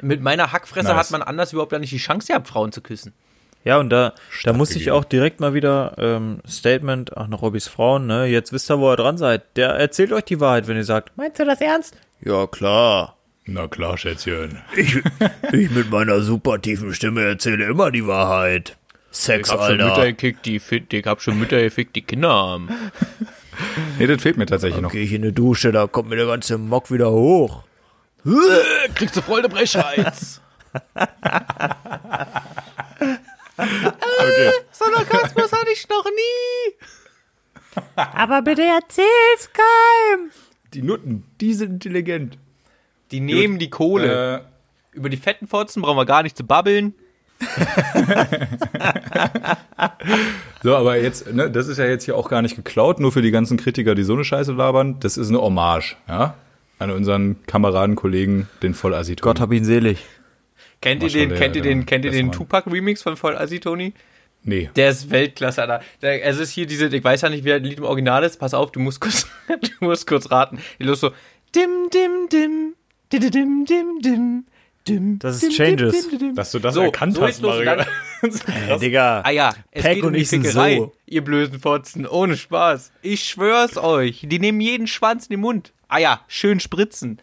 [SPEAKER 3] mit meiner Hackfresse
[SPEAKER 2] Nice.
[SPEAKER 3] hat man anders überhaupt gar nicht die Chance gehabt, Frauen zu küssen.
[SPEAKER 1] Ja, und da, da muss ich
[SPEAKER 2] gegeben.
[SPEAKER 1] auch direkt mal wieder ähm, Statement, ach nach Robbys Frauen, ne? Jetzt wisst ihr, wo ihr dran seid. Der erzählt euch die Wahrheit, wenn ihr sagt, meinst du das ernst? Ja, klar.
[SPEAKER 2] Na klar, Schätzchen.
[SPEAKER 1] Ich mit meiner super tiefen Stimme erzähle immer die Wahrheit. Sex,
[SPEAKER 3] gekickt, die fit, ich hab schon Mütter gefickt, die Kinder haben.
[SPEAKER 2] Nee, das fehlt mir tatsächlich noch.
[SPEAKER 1] Gehe ich in eine Dusche, da kommt mir der ganze Mock wieder hoch.
[SPEAKER 3] Kriegst du voll den Brechreiz.
[SPEAKER 2] Okay.
[SPEAKER 3] Sarkasmus hatte ich noch nie.
[SPEAKER 1] Aber bitte erzähl's keinem.
[SPEAKER 2] Die Nutten, die sind intelligent.
[SPEAKER 3] Die nehmen die Kohle.
[SPEAKER 2] Äh,
[SPEAKER 3] Über die fetten Fotzen brauchen wir gar nicht zu babbeln.
[SPEAKER 2] so, aber jetzt, ne, das ist ja jetzt hier auch gar nicht geklaut, nur für die ganzen Kritiker, die so eine Scheiße labern. Das ist eine Hommage, ja? An unseren Kameraden, Kollegen, den Vollassi.
[SPEAKER 1] Gott hab ihn selig.
[SPEAKER 3] Kennt ihr
[SPEAKER 2] Mach schon
[SPEAKER 3] den, kennt ihr
[SPEAKER 2] der-
[SPEAKER 3] den, kennt ihr
[SPEAKER 2] der
[SPEAKER 3] den
[SPEAKER 2] Mann.
[SPEAKER 3] Tupac-Remix von Voll Assi Tony?
[SPEAKER 2] Nee.
[SPEAKER 3] Der ist Weltklasse, Alter. Der, es ist hier diese, ich weiß ja nicht, wie das Lied im Original ist. Pass auf, du musst kurz, du musst kurz raten. Die los so, dim, dim, dim, dim, dim, dim, dim, dim.
[SPEAKER 1] Das ist Changes.
[SPEAKER 2] Dass du das
[SPEAKER 3] So,
[SPEAKER 2] erkannt
[SPEAKER 3] so
[SPEAKER 2] hast,
[SPEAKER 3] geht's los.
[SPEAKER 2] Mario.
[SPEAKER 3] Dann-
[SPEAKER 1] Hey, Äh, Digga.
[SPEAKER 3] Ah ja, es
[SPEAKER 1] Peck
[SPEAKER 3] geht
[SPEAKER 1] und
[SPEAKER 3] um die
[SPEAKER 1] ich sind
[SPEAKER 3] Fickerei,
[SPEAKER 1] so.
[SPEAKER 3] ihr blöden Fotzen, ohne Spaß. Ich schwör's euch, die nehmen jeden Schwanz in den Mund. Ah ja, schön spritzen.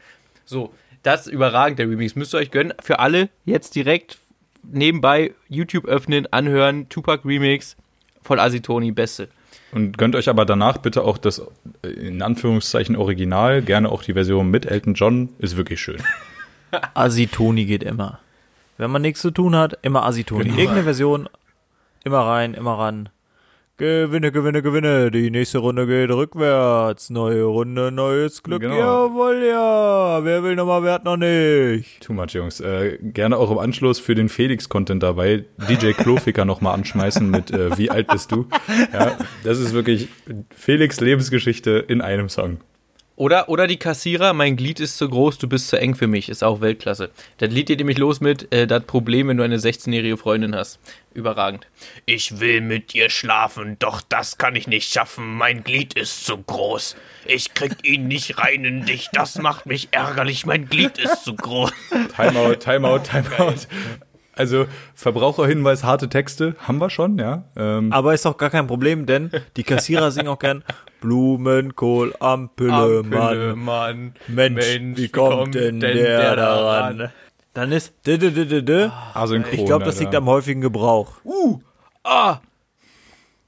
[SPEAKER 3] So, das ist überragend, der Remix. Müsst ihr euch gönnen. Für alle jetzt direkt nebenbei YouTube öffnen, anhören, Tupac Remix von Asitoni, beste.
[SPEAKER 2] Und gönnt euch aber danach bitte auch das, äh, in Anführungszeichen, Original. Gerne auch die Version mit Elton John. Ist wirklich schön.
[SPEAKER 1] Asitoni geht immer. Wenn man nichts zu tun hat, immer Asitoni.
[SPEAKER 2] Genau.
[SPEAKER 1] Irgendeine Version, immer rein, immer ran. Gewinne, gewinne, gewinne. Die nächste Runde geht rückwärts. Neue Runde, neues Glück.
[SPEAKER 2] Genau.
[SPEAKER 1] Jawohl, ja. Wer will nochmal, wer hat noch nicht?
[SPEAKER 2] Too much, Jungs. Äh, gerne auch im Anschluss für den Felix-Content dabei DJ Kloficker nochmal anschmeißen mit äh, Wie alt bist du? Ja, das ist wirklich Felix Lebensgeschichte in einem Song.
[SPEAKER 3] Oder, oder die Kassierer, mein Glied ist zu groß, du bist zu eng für mich, ist auch Weltklasse. Das Lied geht nämlich los mit, äh, das Problem, wenn du eine 16-jährige Freundin hast. Überragend.
[SPEAKER 4] Ich will mit dir schlafen, doch das kann ich nicht schaffen. Mein Glied ist zu groß. Ich krieg ihn nicht rein in dich. Das macht mich ärgerlich. Mein Glied ist zu groß.
[SPEAKER 2] Timeout, Timeout, Timeout. Also Verbraucherhinweis, harte Texte haben wir schon, ja. Ähm,
[SPEAKER 1] Aber ist doch gar kein Problem, denn die Kassierer singen auch gern Blumenkohl am Pillemann.
[SPEAKER 3] Mann.
[SPEAKER 1] Mensch, wie kommt, denn der, da ran? Dann ist d d d d d.
[SPEAKER 2] asynchron.
[SPEAKER 1] Ah, Ich glaube, das
[SPEAKER 2] Alter.
[SPEAKER 1] liegt am häufigen Gebrauch.
[SPEAKER 3] Uh, ah.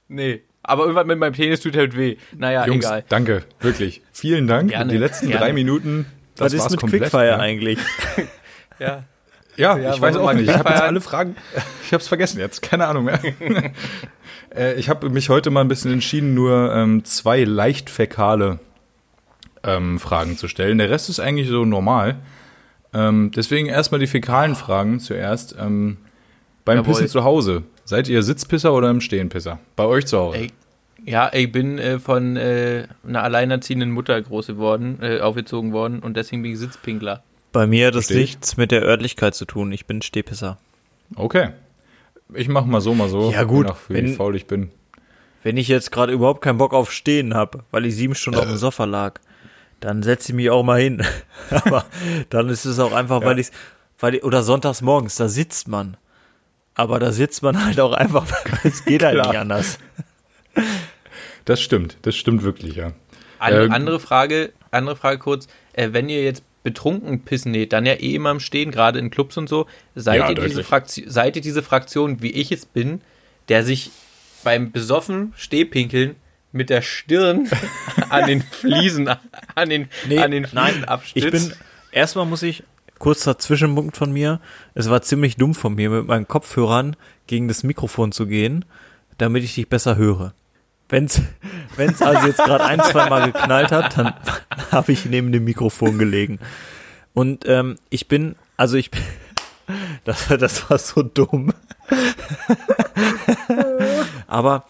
[SPEAKER 3] Nee, aber irgendwann mit meinem Penis tut halt weh. Naja,
[SPEAKER 2] Jungs,
[SPEAKER 3] egal.
[SPEAKER 2] danke, wirklich. Vielen Dank.
[SPEAKER 3] Gerne,
[SPEAKER 2] Die letzten
[SPEAKER 3] gerne.
[SPEAKER 2] drei Minuten. Das
[SPEAKER 1] Was ist
[SPEAKER 2] war's
[SPEAKER 1] mit
[SPEAKER 2] komplett,
[SPEAKER 1] Quickfire
[SPEAKER 2] ja.
[SPEAKER 1] eigentlich?
[SPEAKER 3] Ja.
[SPEAKER 2] Ja, ich
[SPEAKER 3] wollen
[SPEAKER 2] weiß
[SPEAKER 3] wir
[SPEAKER 2] auch
[SPEAKER 3] mal
[SPEAKER 2] nicht. Ich habe jetzt
[SPEAKER 3] feiern?
[SPEAKER 2] alle Fragen. Ich habe es vergessen jetzt. Keine Ahnung mehr. äh, ich habe mich heute mal ein bisschen entschieden, nur ähm, zwei leicht fäkale ähm, Fragen zu stellen. Der Rest ist eigentlich so normal. Ähm, deswegen erstmal die fäkalen Fragen zuerst. Ähm, beim
[SPEAKER 3] Jawohl.
[SPEAKER 2] Pissen zu Hause. Seid ihr Sitzpisser oder im Stehenpisser? Bei euch zu Hause.
[SPEAKER 3] Ey. Ja, ich bin äh, von äh, einer alleinerziehenden Mutter groß geworden, äh, aufgezogen worden und deswegen bin ich Sitzpinkler.
[SPEAKER 1] Bei mir hat das
[SPEAKER 2] Versteh ich.
[SPEAKER 1] nichts mit der Örtlichkeit zu tun. Ich bin Stehpisser.
[SPEAKER 2] Okay. Ich mach mal so, mal so.
[SPEAKER 1] Ja, gut,
[SPEAKER 2] Je nach, wie
[SPEAKER 1] wenn-
[SPEAKER 2] faul ich bin.
[SPEAKER 1] Wenn ich jetzt gerade überhaupt keinen Bock auf Stehen habe, weil ich sieben Stunden auf dem Sofa lag, dann setze ich mich auch mal hin. Aber dann ist es auch einfach, weil ich weil ich- oder sonntags morgens, da sitzt man. Aber da sitzt man halt auch einfach, weil es geht halt
[SPEAKER 2] Klar.
[SPEAKER 1] nicht anders.
[SPEAKER 2] Das stimmt, das stimmt wirklich, ja.
[SPEAKER 3] An,
[SPEAKER 2] Ähm.
[SPEAKER 3] andere Frage, andere Frage kurz. Äh, wenn ihr jetzt betrunken pissen näht, dann ja eh immer im Stehen, gerade in Clubs und so, seid,
[SPEAKER 2] Ja,
[SPEAKER 3] ihr, diese
[SPEAKER 2] deutlich.
[SPEAKER 3] Fraktion, seid ihr diese Fraktion, wie ich es bin, der sich beim besoffen Stehpinkeln mit der Stirn an den Fliesen, an den,
[SPEAKER 1] Nee,
[SPEAKER 3] an den
[SPEAKER 1] nein,
[SPEAKER 3] Fliesen abstützt?
[SPEAKER 1] Ich bin, erstmal muss ich, kurzer Zwischenpunkt von mir, es war ziemlich dumm von mir, mit meinen Kopfhörern gegen das Mikrofon zu gehen, damit ich dich besser höre. Wenn's, wenn's also jetzt gerade ein, zwei Mal geknallt hat, dann habe ich neben dem Mikrofon gelegen. Und ähm, ich bin, also ich bin, das, das war so dumm. Aber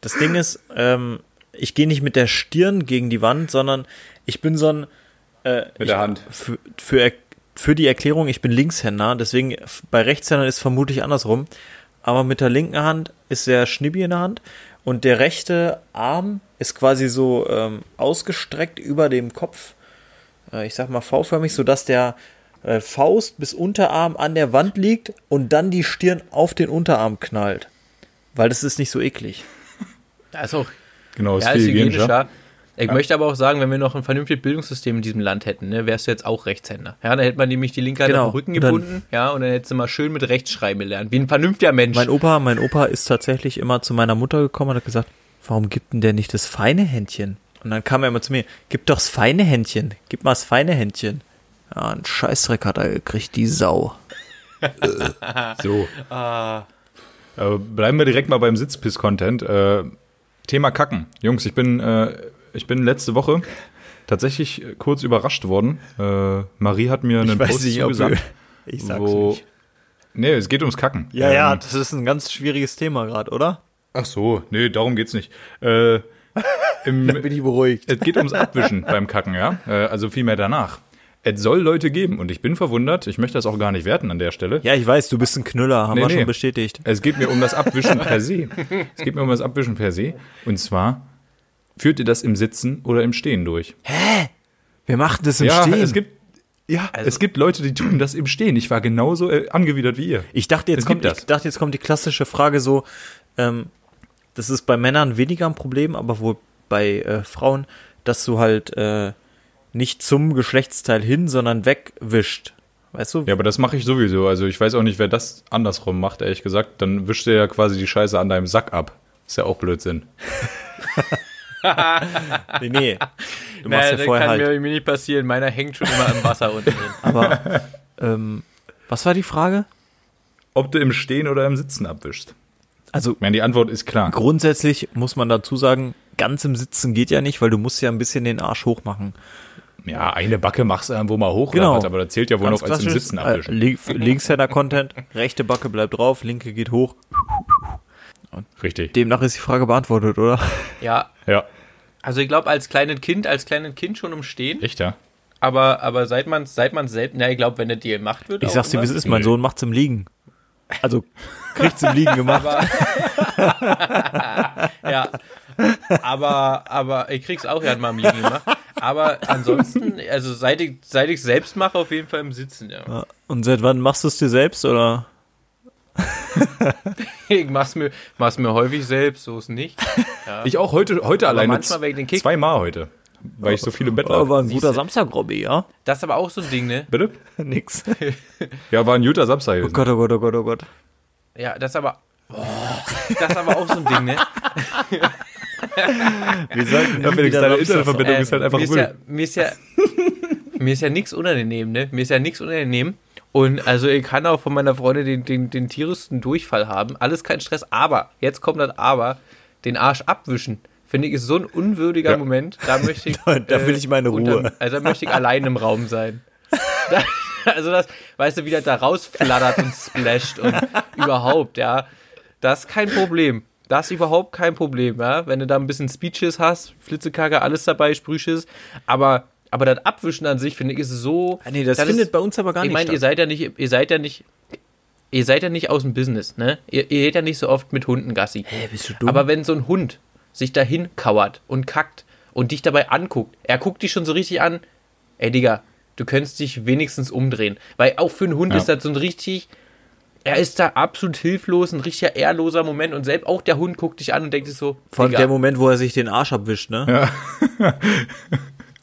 [SPEAKER 1] das Ding ist, ähm, ich gehe nicht mit der Stirn gegen die Wand, sondern ich bin so ein,
[SPEAKER 2] Mit der Hand.
[SPEAKER 1] für, für, er- für die Erklärung, ich bin Linkshänder, deswegen f- bei Rechtshändern ist vermutlich andersrum. Aber mit der linken Hand ist der Schnibbi in der Hand und der rechte Arm ist quasi so ähm, ausgestreckt über dem Kopf, äh, ich sag mal V-förmig, sodass der äh, Faust bis Unterarm an der Wand liegt und dann die Stirn auf den Unterarm knallt. Weil das ist nicht so eklig.
[SPEAKER 3] das
[SPEAKER 1] also,
[SPEAKER 3] ist auch
[SPEAKER 2] Genau,
[SPEAKER 3] ja, ist hygienischer. Ich möchte aber auch sagen, wenn wir noch ein vernünftiges Bildungssystem in diesem Land hätten, ne, wärst du jetzt auch Rechtshänder. Ja, dann hätte man nämlich die linke Hand
[SPEAKER 1] Genau.
[SPEAKER 3] auf den Rücken
[SPEAKER 1] Und dann-
[SPEAKER 3] gebunden, ja, und dann hättest du mal schön mit rechts schreiben gelernt, wie ein vernünftiger Mensch.
[SPEAKER 1] Mein Opa, mein Opa ist tatsächlich immer zu meiner Mutter gekommen und hat gesagt, warum gibt denn der nicht das feine Händchen? Und dann kam er immer zu mir, gib doch das feine Händchen, gib mal das feine Händchen. Ja, ein Scheißdreck hat er gekriegt, die Sau.
[SPEAKER 2] So. Äh, bleiben wir direkt mal beim Sitzpiss-Content. Äh, Thema Kacken. Jungs, ich bin, äh, ich bin letzte Woche tatsächlich äh, kurz überrascht worden. Äh, Marie hat mir einen Post zugesagt.
[SPEAKER 1] ich
[SPEAKER 2] wo, Nee, es geht ums Kacken.
[SPEAKER 1] Ja, ja,
[SPEAKER 2] Ähm,
[SPEAKER 1] das ist ein ganz schwieriges Thema gerade, oder?
[SPEAKER 2] Ach so, nee, darum geht's nicht. Äh, im,
[SPEAKER 1] ich beruhigt.
[SPEAKER 2] es geht ums Abwischen beim Kacken, ja. Äh, also vielmehr danach. Es soll Leute geben und ich bin verwundert. Ich möchte das auch gar nicht werten an der Stelle.
[SPEAKER 1] Ja, ich weiß, du bist ein Knüller, haben
[SPEAKER 2] Nee,
[SPEAKER 1] wir
[SPEAKER 2] nee.
[SPEAKER 1] schon bestätigt.
[SPEAKER 2] Es geht mir um das Abwischen per se. Es geht mir um das Abwischen per se. Und zwar, führt ihr das im Sitzen oder im Stehen durch?
[SPEAKER 1] Wir machen das im
[SPEAKER 2] ja,
[SPEAKER 1] Stehen.
[SPEAKER 2] es gibt. Ja, es gibt Leute, die tun das im Stehen. Ich war genauso äh, angewidert wie ihr.
[SPEAKER 1] Ich dachte, jetzt
[SPEAKER 2] Es
[SPEAKER 1] kommt,
[SPEAKER 2] gibt
[SPEAKER 1] ich
[SPEAKER 2] das.
[SPEAKER 1] dachte, jetzt kommt die klassische Frage so, ähm, das ist bei Männern weniger ein Problem, aber wohl bei äh, Frauen, dass du halt äh, nicht zum Geschlechtsteil hin, sondern wegwischt. Weißt du?
[SPEAKER 2] Ja, aber das mache ich sowieso. Also ich weiß auch nicht, wer das andersrum macht, ehrlich gesagt. Dann wischt ihr ja quasi die Scheiße an deinem Sack ab. Ist ja auch Blödsinn.
[SPEAKER 1] Nee, nee. Du machst
[SPEAKER 3] naja,
[SPEAKER 1] ja
[SPEAKER 3] das
[SPEAKER 1] vorher
[SPEAKER 3] kann
[SPEAKER 1] halt.
[SPEAKER 3] mir, mir nicht passieren. Meiner hängt schon immer im Wasser unten drin.
[SPEAKER 1] Aber ähm, was war die Frage?
[SPEAKER 2] Ob du im Stehen oder im Sitzen abwischst.
[SPEAKER 1] Also
[SPEAKER 2] Ich meine, die Antwort ist klar.
[SPEAKER 1] grundsätzlich muss man dazu sagen, ganz im Sitzen geht ja nicht, weil du musst ja ein bisschen den Arsch hochmachen.
[SPEAKER 2] Ja, eine Backe machst du irgendwo mal hoch,
[SPEAKER 1] Genau.
[SPEAKER 2] oder was, aber das zählt ja wohl
[SPEAKER 1] Ganz
[SPEAKER 2] noch als im
[SPEAKER 1] klassisches,
[SPEAKER 2] Sitzen
[SPEAKER 1] äh,
[SPEAKER 2] abwischen.
[SPEAKER 1] Link- Linkshänder-Content, rechte Backe bleibt drauf, linke geht hoch.
[SPEAKER 2] Richtig.
[SPEAKER 1] Demnach ist äh, die Frage beantwortet, oder?
[SPEAKER 3] Ja,
[SPEAKER 2] Ja,
[SPEAKER 3] also ich glaube, als kleines Kind, als kleines Kind schon umstehen,
[SPEAKER 2] echt, ja.
[SPEAKER 3] aber, aber seit man seit man selbst, na, ich glaube, wenn der dir gemacht wird.
[SPEAKER 1] Ich
[SPEAKER 3] auch
[SPEAKER 1] sag's dir,
[SPEAKER 3] immer.
[SPEAKER 1] wie es ist, mein Sohn macht's im Liegen. Also kriegt's im Liegen gemacht.
[SPEAKER 3] Ja. Aber, aber ich krieg's auch ja mal am Liegen gemacht. Aber ansonsten, also seit ich, seit ich selbst mache, auf jeden Fall im Sitzen, ja.
[SPEAKER 1] Und seit wann machst du es dir selbst oder?
[SPEAKER 3] Ich mach's mir, mach's mir häufig selbst, so ist nicht.
[SPEAKER 2] Ich auch heute, heute alleine.
[SPEAKER 3] manchmal
[SPEAKER 2] z-
[SPEAKER 3] wegen den Kick-
[SPEAKER 2] Zweimal heute. Weil ich so viel im Bett lag.
[SPEAKER 1] war ein guter Samstag, Robby, ja?
[SPEAKER 3] Das ist aber auch so ein Ding, ne?
[SPEAKER 2] Bitte?
[SPEAKER 1] Nix.
[SPEAKER 2] Ja, war ein guter Samstag.
[SPEAKER 1] Oh
[SPEAKER 2] gewesen.
[SPEAKER 1] Gott, oh Gott, oh Gott, oh Gott.
[SPEAKER 3] Ja, das ist aber. Oh, das ist aber auch so ein Ding, ne?
[SPEAKER 1] Wir sollten
[SPEAKER 2] Ja, Felix, deine Internetverbindung ist halt einfach
[SPEAKER 3] Ähm, mir, ist
[SPEAKER 2] Müll.
[SPEAKER 3] ja, mir ist ja mir ist ja nichts unangenehm, ne? Mir ist ja nichts unangenehm. Und also ich kann auch von meiner Freundin den, den, den tierischsten Durchfall haben. Alles kein Stress, aber, jetzt kommt das Aber, den Arsch abwischen. Finde ich, ist so ein unwürdiger
[SPEAKER 2] Ja.
[SPEAKER 3] Moment. Da möchte ich.
[SPEAKER 1] Da- da will ich meine
[SPEAKER 3] unter-
[SPEAKER 1] Ruhe.
[SPEAKER 3] also da möchte ich allein im Raum sein. Da, also das, weißt du, wie das da rausflattert und splasht und überhaupt, ja. Das ist kein Problem. Das ist überhaupt kein Problem, ja. Wenn du da ein bisschen Speeches hast, Flitzekacke, alles dabei, Sprüches. Aber, aber das Abwischen an sich, finde ich, ist so.
[SPEAKER 1] Ah, nee, das findet bei uns aber gar
[SPEAKER 3] ich
[SPEAKER 1] nicht
[SPEAKER 3] Ich meine, ihr
[SPEAKER 1] statt.
[SPEAKER 3] seid ja nicht, ihr seid ja nicht. Ihr seid ja nicht aus dem Business, ne? Ihr, ihr geht ja nicht so oft mit Hunden Gassi.
[SPEAKER 1] bist du dumm?
[SPEAKER 3] Aber wenn so ein Hund sich dahin kauert und kackt und dich dabei anguckt. Er guckt dich schon so richtig an. Ey, Digga, du könntest dich wenigstens umdrehen. Weil auch für einen Hund
[SPEAKER 2] Ja.
[SPEAKER 3] ist das so ein richtig. Er ist da absolut hilflos, ein richtiger ehrloser Moment und selbst auch der Hund guckt dich an und denkt sich so,
[SPEAKER 1] Vor allem
[SPEAKER 3] Digga,
[SPEAKER 1] der Moment, wo er sich den Arsch abwischt, ne? Ja.
[SPEAKER 3] Ey,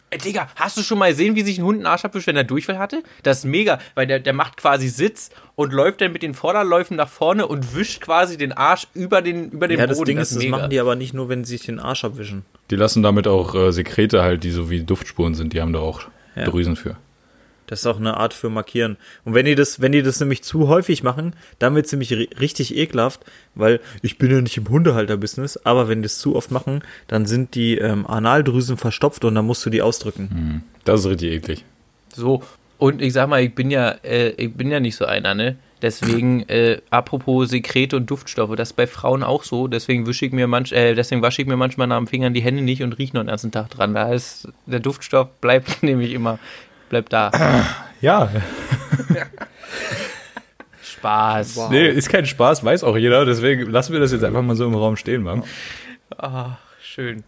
[SPEAKER 3] Äh, Digga, hast du schon mal gesehen, wie sich ein Hund einen Arsch abwischt, wenn er Durchfall hatte? Das ist mega, weil der, der macht quasi Sitz und läuft dann mit den Vorderläufen nach vorne und wischt quasi den Arsch über den, über den
[SPEAKER 1] das
[SPEAKER 3] Boden.
[SPEAKER 1] Ding ist, das
[SPEAKER 3] mega.
[SPEAKER 1] machen die aber nicht nur, wenn sie sich den Arsch abwischen.
[SPEAKER 2] Die lassen damit auch äh, Sekrete halt, die so wie Duftspuren sind, die haben da auch
[SPEAKER 1] Ja.
[SPEAKER 2] Drüsen für.
[SPEAKER 1] Das ist auch eine Art für markieren. Und wenn die das, wenn die das nämlich zu häufig machen, dann wird es nämlich ri- richtig ekelhaft, weil ich bin ja nicht im Hundehalter-Business, aber wenn die das zu oft machen, dann sind die ähm, Analdrüsen verstopft und dann musst du die ausdrücken.
[SPEAKER 2] Das ist richtig eklig.
[SPEAKER 3] So, und ich sag mal, ich bin ja, äh, ich bin ja nicht so einer, ne? Deswegen, äh, apropos Sekrete und Duftstoffe, das ist bei Frauen auch so. Deswegen wische ich mir manch, äh, deswegen wasche ich mir manchmal nach den Fingern die Hände nicht und rieche noch den ganzen Tag dran. Da ist, der Duftstoff bleibt nämlich immer, bleibt da.
[SPEAKER 2] Ja,
[SPEAKER 3] Spaß.
[SPEAKER 2] nee, ist kein Spaß, weiß auch jeder, deswegen lassen wir das jetzt einfach mal so im Raum stehen, Mann.
[SPEAKER 3] Ach, schön.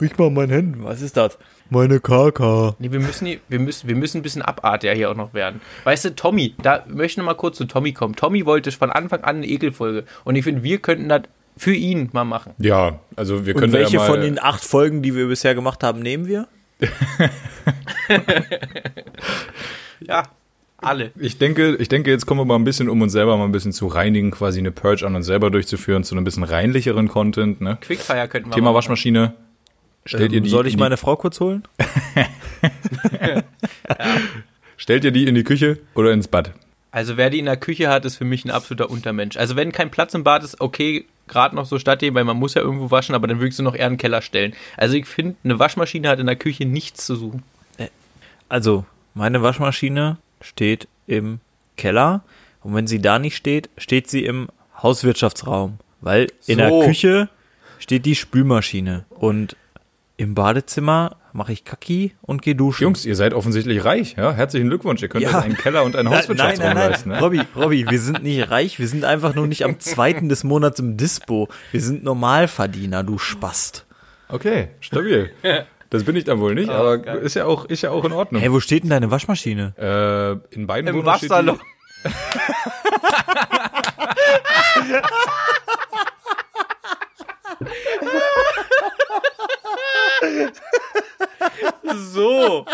[SPEAKER 1] Riech mal meinen
[SPEAKER 2] Hm.
[SPEAKER 1] Händen, was ist das? Meine Kaka.
[SPEAKER 3] Nee, wir müssen, hier- wir müssen, wir müssen ein bisschen abartiger hier auch noch werden. Weißt du, Tommy, da möchte ich noch mal kurz zu Tommy kommen. Tommy wollte von Anfang an eine Ekelfolge. Und ich finde, wir könnten das für ihn mal machen.
[SPEAKER 2] Ja, also wir
[SPEAKER 1] Und
[SPEAKER 2] können da
[SPEAKER 1] welche
[SPEAKER 2] ja mal,
[SPEAKER 1] von den acht Folgen, die wir bisher gemacht haben, nehmen wir?
[SPEAKER 3] Ja, alle.
[SPEAKER 2] Ich denke, ich denke, jetzt kommen wir mal ein bisschen, um uns selber mal ein bisschen zu reinigen, quasi eine Purge an uns selber durchzuführen, zu einem bisschen reinlicheren Content, ne?
[SPEAKER 3] Quickfire könnten wir
[SPEAKER 2] Thema
[SPEAKER 3] mal
[SPEAKER 2] Waschmaschine. Stellt, ihr
[SPEAKER 1] Ähm,
[SPEAKER 2] die,
[SPEAKER 1] soll ich
[SPEAKER 2] in
[SPEAKER 1] meine Frau kurz holen?
[SPEAKER 2] die, stellt ihr die in die Küche oder ins Bad?
[SPEAKER 3] Also wer die in der Küche hat, ist für mich ein absoluter Untermensch. Also wenn kein Platz im Bad ist, okay, gerade noch so stattgeben, weil man muss ja irgendwo waschen, aber dann würdest du noch eher in den Keller stellen. Also ich finde, eine Waschmaschine hat in der Küche nichts zu suchen.
[SPEAKER 1] Also, meine Waschmaschine steht im Keller und wenn sie da nicht steht, steht sie im Hauswirtschaftsraum, weil in
[SPEAKER 3] So.
[SPEAKER 1] der Küche steht die Spülmaschine und im Badezimmer mache ich Kaki und gehe duschen.
[SPEAKER 2] Jungs, ihr seid offensichtlich reich, ja? Herzlichen Glückwunsch, ihr könnt
[SPEAKER 1] Ja.
[SPEAKER 2] euch einen Keller und einen
[SPEAKER 1] Na- nein,
[SPEAKER 2] Hauswirtschaftsraum
[SPEAKER 1] nein, nein,
[SPEAKER 2] leisten, ne?
[SPEAKER 1] Robby, Robby, wir sind nicht reich, wir sind einfach nur nicht am zweiten des Monats im Dispo. Wir sind Normalverdiener, du Spast.
[SPEAKER 2] Okay, stabil. Das bin ich dann wohl nicht,
[SPEAKER 1] Oh
[SPEAKER 2] aber ist ja auch, ist ja auch in Ordnung.
[SPEAKER 1] Hey, wo steht denn deine Waschmaschine?
[SPEAKER 2] Äh, in beiden
[SPEAKER 3] Im
[SPEAKER 2] Wohnungen steht die-
[SPEAKER 3] Waschsalon. So.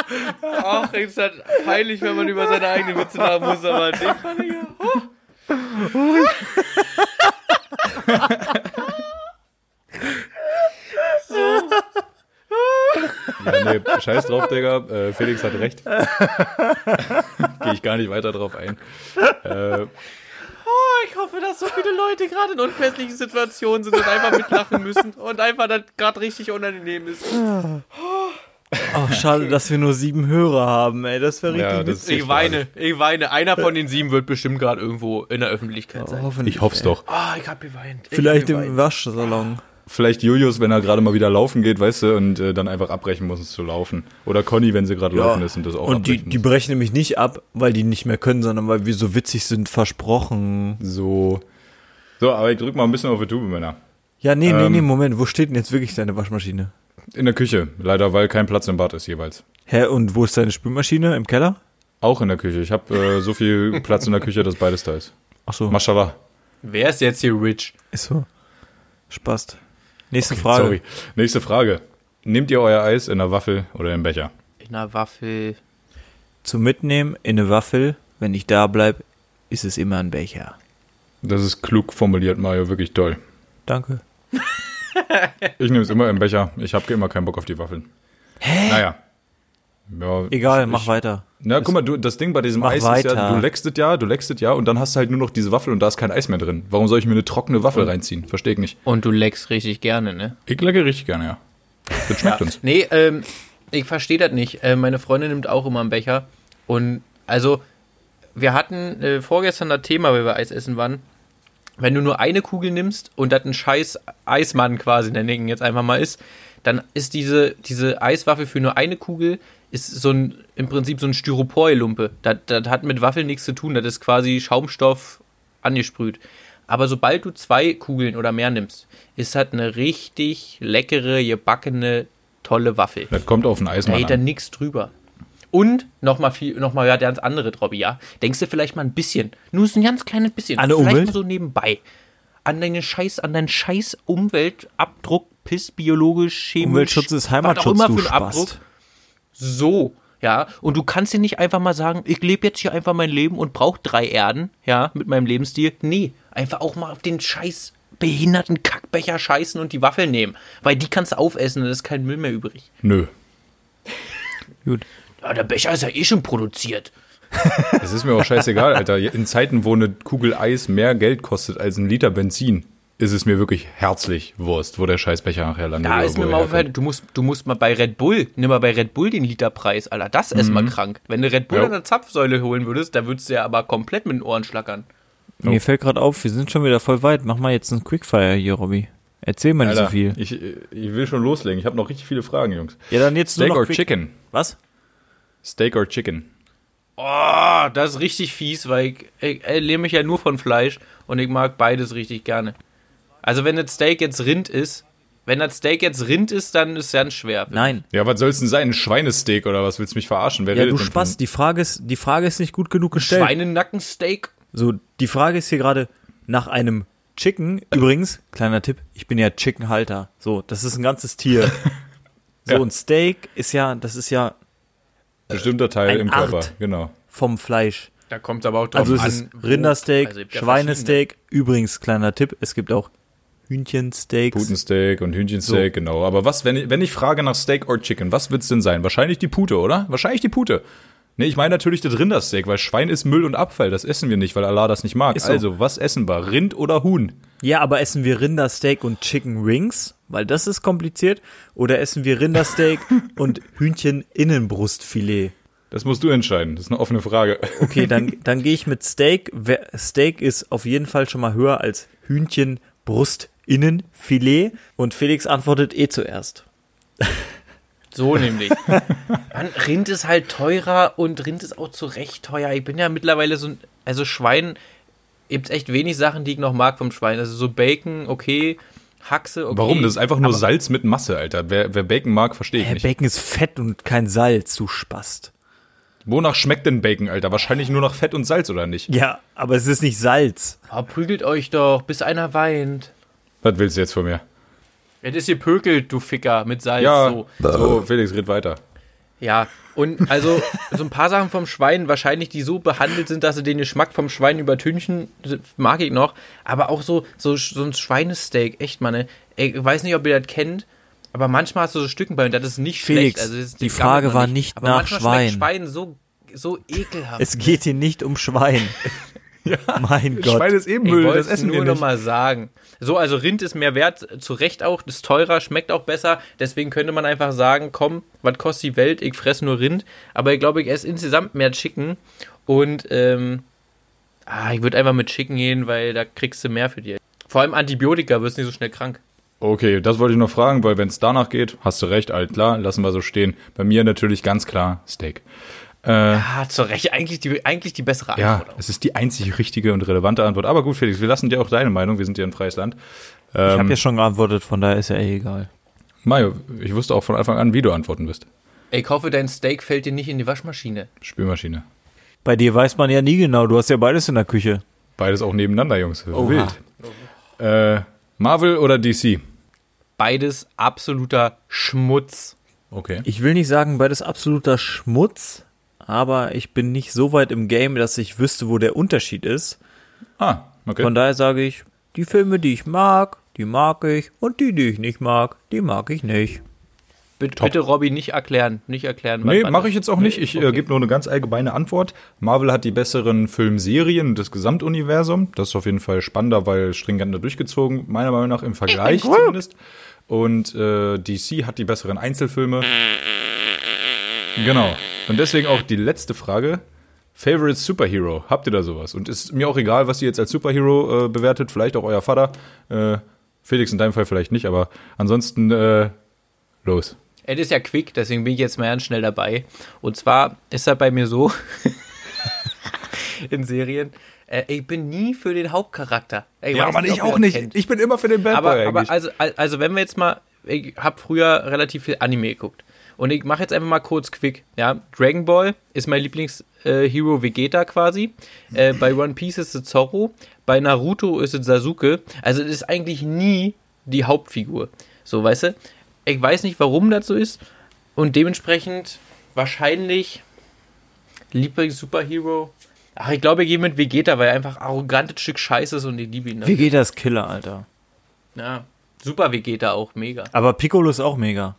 [SPEAKER 3] Ach, ist das peinlich, wenn man über seine eigene Witze lachen muss, aber den fand ich ja.
[SPEAKER 2] Ja, nee, scheiß drauf, Digga. Äh, Felix hat recht. Gehe ich gar nicht weiter drauf ein. Äh,
[SPEAKER 3] Ich hoffe, dass so viele Leute gerade in unfestlichen Situationen sind und einfach mitlachen müssen und einfach das gerade richtig unangenehm ist.
[SPEAKER 1] Ach, schade, dass wir nur sieben Hörer haben, ey, das wäre richtig
[SPEAKER 2] Ja, das-
[SPEAKER 1] witzig.
[SPEAKER 2] Ich
[SPEAKER 3] Ich weine, ich weine. Einer von den sieben wird bestimmt gerade irgendwo in der Öffentlichkeit sein.
[SPEAKER 1] Hoffentlich.
[SPEAKER 2] ich hoff's doch.
[SPEAKER 3] Ah, ich hab geweint. Ich
[SPEAKER 1] Vielleicht
[SPEAKER 3] hab
[SPEAKER 1] im
[SPEAKER 3] geweint.
[SPEAKER 1] Waschsalon.
[SPEAKER 2] Vielleicht Julius, wenn er gerade mal wieder laufen geht, weißt du, und äh, dann einfach abbrechen muss, es zu laufen. Oder Conny, wenn sie gerade laufen ist und das auch
[SPEAKER 1] und die,
[SPEAKER 2] abbrechen
[SPEAKER 1] die brechen nämlich nicht ab, weil die nicht mehr können, sondern weil wir so witzig sind, versprochen.
[SPEAKER 2] muss. So. So, aber ich drück mal ein bisschen auf die Tube, Männer.
[SPEAKER 1] Ja, nee, nee,
[SPEAKER 2] Ähm.
[SPEAKER 1] nee, Moment, wo steht denn jetzt wirklich deine Waschmaschine?
[SPEAKER 2] In der Küche, leider, weil kein Platz im Bad ist jeweils.
[SPEAKER 1] Hä, und wo ist deine Spülmaschine? Im Keller?
[SPEAKER 2] Auch in der Küche. Ich habe äh, so viel Platz in der Küche, dass beides da ist.
[SPEAKER 1] Ach so,
[SPEAKER 2] Mashallah.
[SPEAKER 3] Wer ist jetzt hier rich?
[SPEAKER 1] ist so. Spaß. Nächste Frage.
[SPEAKER 2] Sorry. Nächste Frage. Nehmt ihr euer Eis in der Waffel oder im Becher?
[SPEAKER 3] In einer Waffel.
[SPEAKER 1] Zum Mitnehmen in eine Waffel, wenn ich da bleib, ist es immer ein Becher.
[SPEAKER 2] Das ist klug formuliert, Mario, wirklich toll.
[SPEAKER 1] Danke.
[SPEAKER 2] Ich nehme es immer im Becher. Ich habe immer keinen Bock auf die Waffeln. Hä? Naja. Ja,
[SPEAKER 1] Egal,
[SPEAKER 2] ich,
[SPEAKER 1] mach weiter.
[SPEAKER 2] Na, guck mal, du, das Ding bei diesem
[SPEAKER 1] Mach
[SPEAKER 2] Eis ist ja,
[SPEAKER 1] weiter.
[SPEAKER 2] du leckst es ja, du leckst es ja und dann hast du halt nur noch diese Waffel und da ist kein Eis mehr drin. Warum soll ich mir eine trockene Waffel reinziehen? Verstehe ich nicht.
[SPEAKER 3] Und du leckst richtig gerne, ne?
[SPEAKER 2] Ich lecke richtig gerne, ja. Das schmeckt uns.
[SPEAKER 3] Nee, ähm, ich verstehe das nicht. Äh, meine Freundin nimmt auch immer einen Becher. Und also, wir hatten äh, vorgestern das Thema, weil wir Eis essen waren. Wenn du nur eine Kugel nimmst und das ein scheiß Eismann quasi, nenne ich ihn jetzt einfach mal ist, dann ist diese, diese Eiswaffe für nur eine Kugel ist so ein, im Prinzip so ein Styropor-Lumpe. Das, das hat mit Waffeln nichts zu tun. Das ist quasi Schaumstoff angesprüht. Aber sobald du zwei Kugeln oder mehr nimmst, ist das eine richtig leckere, gebackene tolle Waffel.
[SPEAKER 2] Das kommt auf den
[SPEAKER 3] Da
[SPEAKER 2] Eismann
[SPEAKER 3] geht dann
[SPEAKER 2] an.
[SPEAKER 3] nichts drüber. Und nochmal viel, nochmal ja, ganz andere Robby, ja. Denkst du vielleicht mal ein bisschen, nur so ein ganz kleines bisschen,
[SPEAKER 1] An die
[SPEAKER 3] vielleicht
[SPEAKER 1] Umwelt?
[SPEAKER 3] mal so nebenbei. An deine Scheiß, an deinen Scheiß Umweltabdruck, Piss, biologisch, chemisch.
[SPEAKER 1] Umweltschutz ist
[SPEAKER 3] was auch
[SPEAKER 1] Heimatschutz,
[SPEAKER 3] immer
[SPEAKER 1] du
[SPEAKER 3] für einen Abdruck.
[SPEAKER 1] Spast.
[SPEAKER 3] So, ja. Und du kannst dir nicht einfach mal sagen, ich lebe jetzt hier einfach mein Leben und brauche drei Erden, ja, mit meinem Lebensstil. Nee, einfach auch mal auf den scheiß behinderten Kackbecher scheißen und die Waffel nehmen. Weil die kannst du aufessen und es ist kein Müll mehr übrig.
[SPEAKER 2] Nö.
[SPEAKER 1] Gut.
[SPEAKER 3] Ja, der Becher ist ja eh schon produziert.
[SPEAKER 2] Es ist mir auch scheißegal, Alter. In Zeiten, wo eine Kugel Eis mehr Geld kostet als ein Liter Benzin, ist es mir wirklich herzlich Wurst, wo der Scheißbecher nachher landet.
[SPEAKER 3] Da
[SPEAKER 2] oder
[SPEAKER 3] ist
[SPEAKER 2] wo
[SPEAKER 3] mir
[SPEAKER 2] er
[SPEAKER 3] mal
[SPEAKER 2] herkommt.
[SPEAKER 3] aufgefallen, du musst, du musst mal bei Red Bull, nimm mal bei Red Bull den Literpreis, Alter. Das ist mal krank. Wenn du Red Bull
[SPEAKER 2] Ja.
[SPEAKER 3] an der Zapfsäule holen würdest, da würdest du ja aber komplett mit den Ohren schlackern.
[SPEAKER 2] Oh.
[SPEAKER 1] Mir fällt gerade auf, wir sind schon wieder voll weit. Mach mal jetzt einen Quickfire hier, Robby. Erzähl mal nicht
[SPEAKER 2] Alter,
[SPEAKER 1] so viel.
[SPEAKER 2] Ich, ich will schon loslegen. Ich habe noch richtig viele Fragen, Jungs.
[SPEAKER 1] Ja, dann jetzt
[SPEAKER 2] Steak
[SPEAKER 1] nur noch
[SPEAKER 2] or
[SPEAKER 1] quick-
[SPEAKER 2] Chicken?
[SPEAKER 1] Was?
[SPEAKER 2] Steak or Chicken?
[SPEAKER 3] Oh, das ist richtig fies, weil ich, ich, ich lehne mich ja nur von Fleisch und ich mag beides richtig gerne. Also wenn das Steak jetzt Rind ist, wenn das Steak jetzt Rind ist, dann ist es ganz schwer.
[SPEAKER 1] Nein.
[SPEAKER 2] Ja, was soll's denn sein? Ein Schweinesteak oder was? Willst du mich verarschen? Wer
[SPEAKER 1] Ja,
[SPEAKER 2] redet
[SPEAKER 1] du
[SPEAKER 2] denn von-
[SPEAKER 1] Spaß. Die Frage ist, die Frage ist nicht gut genug gestellt.
[SPEAKER 3] Schweinenackensteak?
[SPEAKER 1] So, die Frage ist hier gerade nach einem Chicken. Übrigens, kleiner Tipp, ich bin ja Chickenhalter. So, das ist ein ganzes Tier. So
[SPEAKER 2] Ja.
[SPEAKER 1] ein Steak ist ja, das ist ja
[SPEAKER 2] Bestimmter Teil
[SPEAKER 1] Ein
[SPEAKER 2] im Körper,
[SPEAKER 1] Art.
[SPEAKER 2] genau.
[SPEAKER 1] vom Fleisch.
[SPEAKER 3] Da kommt aber auch drauf
[SPEAKER 1] Also es
[SPEAKER 3] an.
[SPEAKER 1] ist
[SPEAKER 3] wo.
[SPEAKER 1] Rindersteak,
[SPEAKER 3] Also es gibt ja
[SPEAKER 1] Schweinesteak. Übrigens, kleiner Tipp, es gibt auch Hühnchensteaks.
[SPEAKER 2] Putensteak und Hühnchensteak, genau. Aber was, wenn ich, wenn ich frage nach Steak or Chicken, was wird's denn sein? Wahrscheinlich die Pute, oder? Wahrscheinlich die Pute. Nee, ich meine natürlich das Rindersteak, weil Schwein ist Müll und Abfall. Das essen wir nicht, weil Allah das nicht mag.
[SPEAKER 1] Ist so.
[SPEAKER 2] Also, was essen wir? Rind oder Huhn?
[SPEAKER 1] Ja, aber essen wir Rindersteak und Chicken Wings, weil das ist kompliziert, oder essen wir Rindersteak und Hühnchen Innenbrustfilet?
[SPEAKER 2] Das musst du entscheiden. Das ist eine offene Frage.
[SPEAKER 1] Okay, dann dann gehe ich mit Steak. Wer- Steak ist auf jeden Fall schon mal höher als Hühnchen Brust Innenfilet und Felix antwortet eh zuerst.
[SPEAKER 3] So nämlich. Mann, Rind ist halt teurer und Rind ist auch zu Recht teuer. Ich bin ja mittlerweile so ein. Also Schwein gibt echt wenig Sachen, die ich noch mag vom Schwein. Also so Bacon, okay. Haxe, okay.
[SPEAKER 2] Warum? Das ist einfach nur Salz mit Masse, Alter. Wer, wer Bacon mag, verstehe ich
[SPEAKER 1] Herr
[SPEAKER 2] nicht.
[SPEAKER 1] Bacon ist fett und kein Salz, du Spast.
[SPEAKER 2] Wonach schmeckt denn Bacon, Alter? Wahrscheinlich nur nach Fett und Salz, oder nicht?
[SPEAKER 1] Ja, aber es ist nicht Salz.
[SPEAKER 3] Ah, prügelt euch doch, bis einer weint.
[SPEAKER 2] Was willst du jetzt von mir?
[SPEAKER 3] Jetzt ist ihr pökelt, du Ficker, mit Salz.
[SPEAKER 2] Ja,
[SPEAKER 3] So.
[SPEAKER 2] so, Felix, red weiter.
[SPEAKER 3] Ja, und also so ein paar Sachen vom Schwein, wahrscheinlich die so behandelt sind, dass sie den Geschmack vom Schwein übertünchen, mag ich noch. Aber auch so, so, so ein Schweinesteak, echt, Mann. ne? ey. Ich weiß nicht, ob ihr das kennt, aber manchmal hast du so Stücken bei und das ist nicht schlecht.
[SPEAKER 1] Felix,
[SPEAKER 3] Also das ist-
[SPEAKER 1] die
[SPEAKER 3] das gammelt
[SPEAKER 1] Frage
[SPEAKER 3] man
[SPEAKER 1] war nicht
[SPEAKER 3] aber
[SPEAKER 1] nach
[SPEAKER 3] manchmal schmeckt
[SPEAKER 1] Schwein.
[SPEAKER 3] Schwein so, so ekelhaft.
[SPEAKER 1] Es geht hier nicht um Schwein. Mein Gott.
[SPEAKER 2] Schwein ist eben
[SPEAKER 3] ich
[SPEAKER 2] Müll,
[SPEAKER 3] wollte
[SPEAKER 2] das
[SPEAKER 3] es
[SPEAKER 2] essen wir
[SPEAKER 3] nur
[SPEAKER 2] nicht.
[SPEAKER 3] nochmal sagen. So, also Rind ist mehr wert, zu Recht auch, ist teurer, schmeckt auch besser. Deswegen könnte man einfach sagen, komm, was kostet die Welt, ich fress nur Rind. Aber ich glaube, ich esse insgesamt mehr Chicken. Und ähm, ah, ich würde einfach mit Chicken gehen, weil da kriegst du mehr für die. Vor allem Antibiotika, wirst nicht so schnell krank.
[SPEAKER 2] Okay, das wollte ich noch fragen, weil wenn es danach geht, hast du recht, alt klar, lassen wir so stehen. Bei mir natürlich ganz klar Steak.
[SPEAKER 3] Ah, zu Recht, eigentlich die, eigentlich die bessere
[SPEAKER 2] Ja,
[SPEAKER 3] oder?
[SPEAKER 2] es ist die einzig richtige und relevante Antwort. Aber gut, Felix, wir lassen dir auch deine Meinung, wir sind hier ein freies Land.
[SPEAKER 1] Ich habe ja schon geantwortet, von daher ist ja eh egal.
[SPEAKER 2] Mario, ich wusste auch von Anfang an, wie du antworten wirst.
[SPEAKER 3] Ich hoffe, dein Steak fällt dir nicht in die Waschmaschine.
[SPEAKER 2] Spülmaschine.
[SPEAKER 1] Bei dir weiß man ja nie genau, du hast ja beides in der Küche.
[SPEAKER 2] Beides auch nebeneinander, Jungs. Wild. Äh, Marvel oder DC?
[SPEAKER 3] Beides absoluter Schmutz.
[SPEAKER 2] Okay.
[SPEAKER 1] Ich will nicht sagen, beides absoluter Schmutz, aber ich bin nicht so weit im Game, dass ich wüsste, wo der Unterschied ist.
[SPEAKER 2] Ah, okay.
[SPEAKER 1] Von daher sage ich, die Filme, die ich mag, die mag ich und die, die ich nicht mag, die mag ich nicht.
[SPEAKER 3] Bitte, bitte Robby, nicht erklären. Nicht erklären. was
[SPEAKER 2] Nee,
[SPEAKER 3] das
[SPEAKER 2] mache ich
[SPEAKER 3] ist.
[SPEAKER 2] jetzt auch nicht. Ich äh, gebe nur eine ganz allgemeine Antwort. Marvel hat die besseren Filmserien und das Gesamtuniversum. Das ist auf jeden Fall spannender, weil stringenter durchgezogen, meiner Meinung nach, im Vergleich zumindest. Und äh, DC hat die besseren Einzelfilme. Genau. Und deswegen auch die letzte Frage. Favorite Superhero, habt ihr da sowas? Und ist mir auch egal, was ihr jetzt als Superhero äh, bewertet, vielleicht auch euer Vater. Äh, Felix in deinem Fall vielleicht nicht, aber ansonsten äh, los.
[SPEAKER 3] Es ist ja quick, deswegen bin ich jetzt mal ganz schnell dabei. Und zwar ist das bei mir so in Serien, äh, ich bin nie für den Hauptcharakter. Ey, weiß ob ihr das kennt.
[SPEAKER 2] Ich bin immer für den Bad
[SPEAKER 3] aber, aber also, also wenn wir jetzt mal, ich habe früher relativ viel Anime geguckt. Und ich mache jetzt einfach mal kurz quick. Ja, Dragon Ball ist mein Lieblings-Hero äh, Hero Vegeta quasi. Äh, bei One Piece ist es Zorro. Bei Naruto ist es Sasuke. Also es ist eigentlich nie die Hauptfigur. So, weißt du? Ich weiß nicht, warum das so ist. Und dementsprechend wahrscheinlich Lieblings-Superhero. Ach, ich glaube, ich gehe mit Vegeta, weil er einfach arrogantes Stück Scheiße ist und ich liebe ihn. ne? dafür.
[SPEAKER 1] Vegeta ist Killer, Alter.
[SPEAKER 3] Ja, super Vegeta auch, mega.
[SPEAKER 1] Aber Piccolo ist auch mega.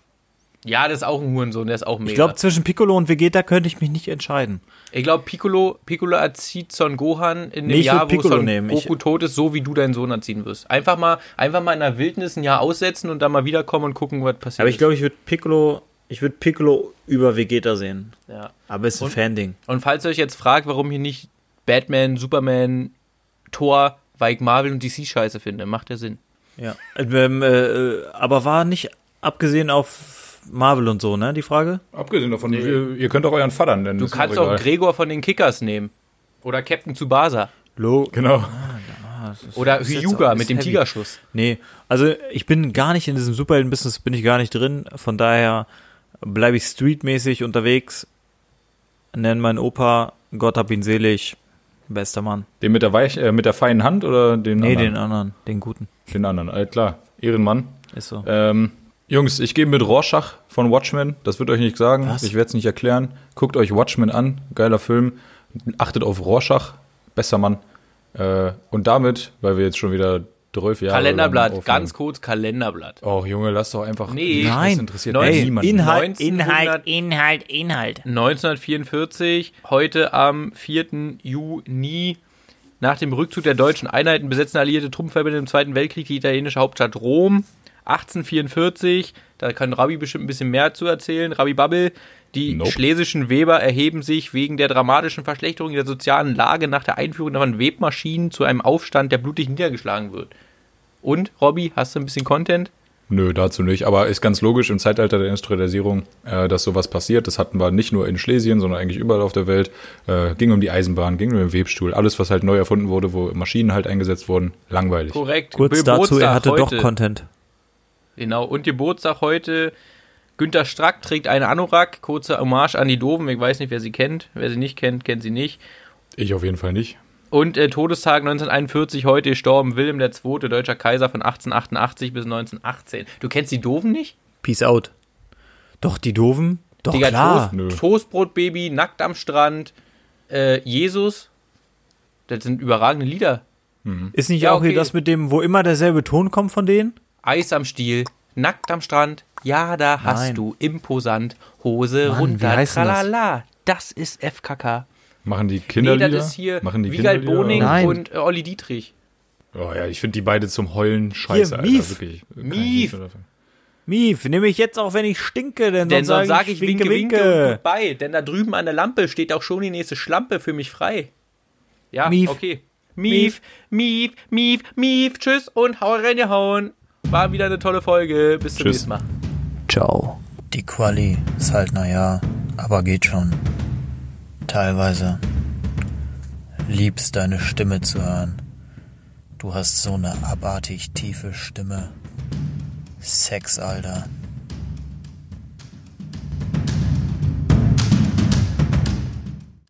[SPEAKER 3] Ja, das ist auch ein Hurensohn, der ist auch mega.
[SPEAKER 1] Ich glaube, zwischen Piccolo und Vegeta könnte ich mich nicht entscheiden.
[SPEAKER 3] Ich glaube, Piccolo, Piccolo erzieht Son Gohan in dem
[SPEAKER 1] Nee, ich
[SPEAKER 3] Jahr,
[SPEAKER 1] würd
[SPEAKER 3] wo
[SPEAKER 1] Piccolo
[SPEAKER 3] Son
[SPEAKER 1] nehmen. Ich-
[SPEAKER 3] Goku tot ist, so wie du deinen Sohn erziehen wirst. Einfach mal, einfach mal in der Wildnis ein Jahr aussetzen und dann mal wiederkommen und gucken, was passiert.
[SPEAKER 1] Aber ich glaube, ich würde Piccolo, ich würde Piccolo über Vegeta sehen.
[SPEAKER 3] ist. Ja.
[SPEAKER 1] Aber es ist ein
[SPEAKER 3] Und-
[SPEAKER 1] Fan-Ding.
[SPEAKER 3] Und falls ihr euch jetzt fragt, warum hier nicht Batman, Superman, Thor, weil ich Marvel und DC scheiße finde, macht ja Sinn.
[SPEAKER 1] Ja. Ähm, äh, aber war nicht abgesehen auf Marvel und so, ne? Die Frage?
[SPEAKER 2] Abgesehen davon, ihr, ihr könnt auch euren Vater nennen.
[SPEAKER 3] Du kannst auch Gregor von den Kickers nehmen. Oder Captain Tsubasa.
[SPEAKER 1] Lo.
[SPEAKER 2] Genau.
[SPEAKER 3] Oder
[SPEAKER 1] ist jetzt
[SPEAKER 3] Hyuga
[SPEAKER 1] auch-
[SPEAKER 3] mit
[SPEAKER 1] ist
[SPEAKER 3] dem
[SPEAKER 1] heavy.
[SPEAKER 3] Tigerschuss.
[SPEAKER 1] Nee, also ich bin gar nicht in diesem Superhelden-Business, bin ich gar nicht drin. Von daher bleibe ich streetmäßig unterwegs. Nenn meinen Opa, Gott hab ihn selig, bester Mann.
[SPEAKER 2] Den mit der, weich, äh, mit der feinen Hand oder den
[SPEAKER 1] Nee,
[SPEAKER 2] anderen?
[SPEAKER 1] den anderen, den guten.
[SPEAKER 2] Den, anderen, alles klar. Ehrenmann.
[SPEAKER 1] Ist so.
[SPEAKER 3] Äh,
[SPEAKER 2] Ähm, Jungs, ich gehe mit Rorschach von Watchmen. Das wird euch nicht sagen.
[SPEAKER 1] Was?
[SPEAKER 2] Ich werde es nicht erklären. Guckt euch Watchmen an. Geiler Film. Achtet auf Rorschach. Besser Mann. Äh, und damit, weil wir jetzt schon wieder 12 Jahre. lang
[SPEAKER 3] Kalenderblatt,
[SPEAKER 2] aufnehmen.
[SPEAKER 3] ganz kurz Kalenderblatt.
[SPEAKER 2] Och, Junge, lass doch einfach.
[SPEAKER 3] Nee.
[SPEAKER 2] Das
[SPEAKER 1] Nein.
[SPEAKER 2] interessiert
[SPEAKER 3] Nein.
[SPEAKER 2] Ey,
[SPEAKER 1] Ey,
[SPEAKER 2] niemanden.
[SPEAKER 1] Inhalt,
[SPEAKER 3] 1900
[SPEAKER 1] Inhalt, Inhalt, Inhalt.
[SPEAKER 3] 1944, heute am 4. Juni. Nach dem Rückzug der deutschen Einheiten besetzten alliierte Truppverbände im Zweiten Weltkrieg die italienische Hauptstadt Rom. 1844, da kann Rabbi bestimmt ein bisschen mehr zu erzählen, Rabbi Babbel. Die
[SPEAKER 2] Nope.
[SPEAKER 3] schlesischen Weber erheben sich wegen der dramatischen Verschlechterung der sozialen Lage nach der Einführung von Webmaschinen zu einem Aufstand, der blutig niedergeschlagen wird. Und, Robby, hast du ein bisschen Content?
[SPEAKER 2] Nö, dazu nicht. Aber ist ganz logisch im Zeitalter der Industrialisierung, äh, dass sowas passiert. Das hatten wir nicht nur in Schlesien, sondern eigentlich überall auf der Welt. Äh, ging um die Eisenbahn, ging um den Webstuhl. Alles, was halt neu erfunden wurde, wo Maschinen halt eingesetzt wurden. Langweilig.
[SPEAKER 3] Korrekt.
[SPEAKER 1] Kurz dazu,
[SPEAKER 3] Geburtstag
[SPEAKER 1] er hatte
[SPEAKER 3] heute.
[SPEAKER 1] doch Content.
[SPEAKER 3] Genau, und Geburtstag heute. Günter Strack trägt einen Anorak, kurze Hommage an die Doofen. Ich weiß nicht, wer sie kennt. Wer sie nicht kennt, kennt sie nicht.
[SPEAKER 2] Ich auf jeden Fall nicht.
[SPEAKER 3] Und äh, Todestag 1941, heute gestorben, Wilhelm II., deutscher Kaiser von 1888 bis 1918. Du kennst die Doofen nicht?
[SPEAKER 1] Peace out. Doch, die Doofen? Doch,
[SPEAKER 3] Digga,
[SPEAKER 1] klar.
[SPEAKER 2] Nö.
[SPEAKER 3] Toast, Toastbrotbaby, Nackt am Strand, äh, Jesus. Das sind überragende Lieder.
[SPEAKER 1] Ist nicht
[SPEAKER 3] Ja,
[SPEAKER 1] auch hier
[SPEAKER 3] okay.
[SPEAKER 1] das mit dem, wo immer derselbe Ton kommt von denen?
[SPEAKER 3] Eis am Stiel, Nackt am Strand, ja, da hast
[SPEAKER 1] Nein.
[SPEAKER 3] du imposant, Hose
[SPEAKER 1] Mann, wie
[SPEAKER 3] runter,
[SPEAKER 1] heißt denn das?
[SPEAKER 3] tralala. das ist FKK.
[SPEAKER 2] Machen die
[SPEAKER 3] Nee,
[SPEAKER 2] Kinderlieder?
[SPEAKER 3] das ist hier
[SPEAKER 2] Machen die
[SPEAKER 3] Wiegald
[SPEAKER 2] Kinderlieder?
[SPEAKER 3] Boning
[SPEAKER 1] Nein.
[SPEAKER 3] und äh, Olli Dietrich.
[SPEAKER 2] Oh ja, ich finde die beide zum Heulen scheiße, Alter.
[SPEAKER 1] Mief.
[SPEAKER 2] Wirklich. Kann ich
[SPEAKER 3] Mief.
[SPEAKER 2] nicht davon.
[SPEAKER 1] Mief, nehme ich jetzt auch, wenn ich stinke, denn,
[SPEAKER 3] Denn sonst
[SPEAKER 1] sonst
[SPEAKER 3] sage ich Winke, Winke, und goodbye. Denn da drüben an der Lampe steht auch schon die nächste Schlampe für mich frei. Ja,
[SPEAKER 1] Mief.
[SPEAKER 3] okay. Mief, Mief, Mief, Mief. Tschüss und hau rein, ihr Hauen. War wieder eine tolle Folge. Bis zum
[SPEAKER 2] Tschüss.
[SPEAKER 3] nächsten Mal.
[SPEAKER 1] Ciao. Die Quali ist halt naja, aber geht schon. Teilweise. Liebst deine Stimme zu hören. Du hast so eine abartig tiefe Stimme. Sex, Alter.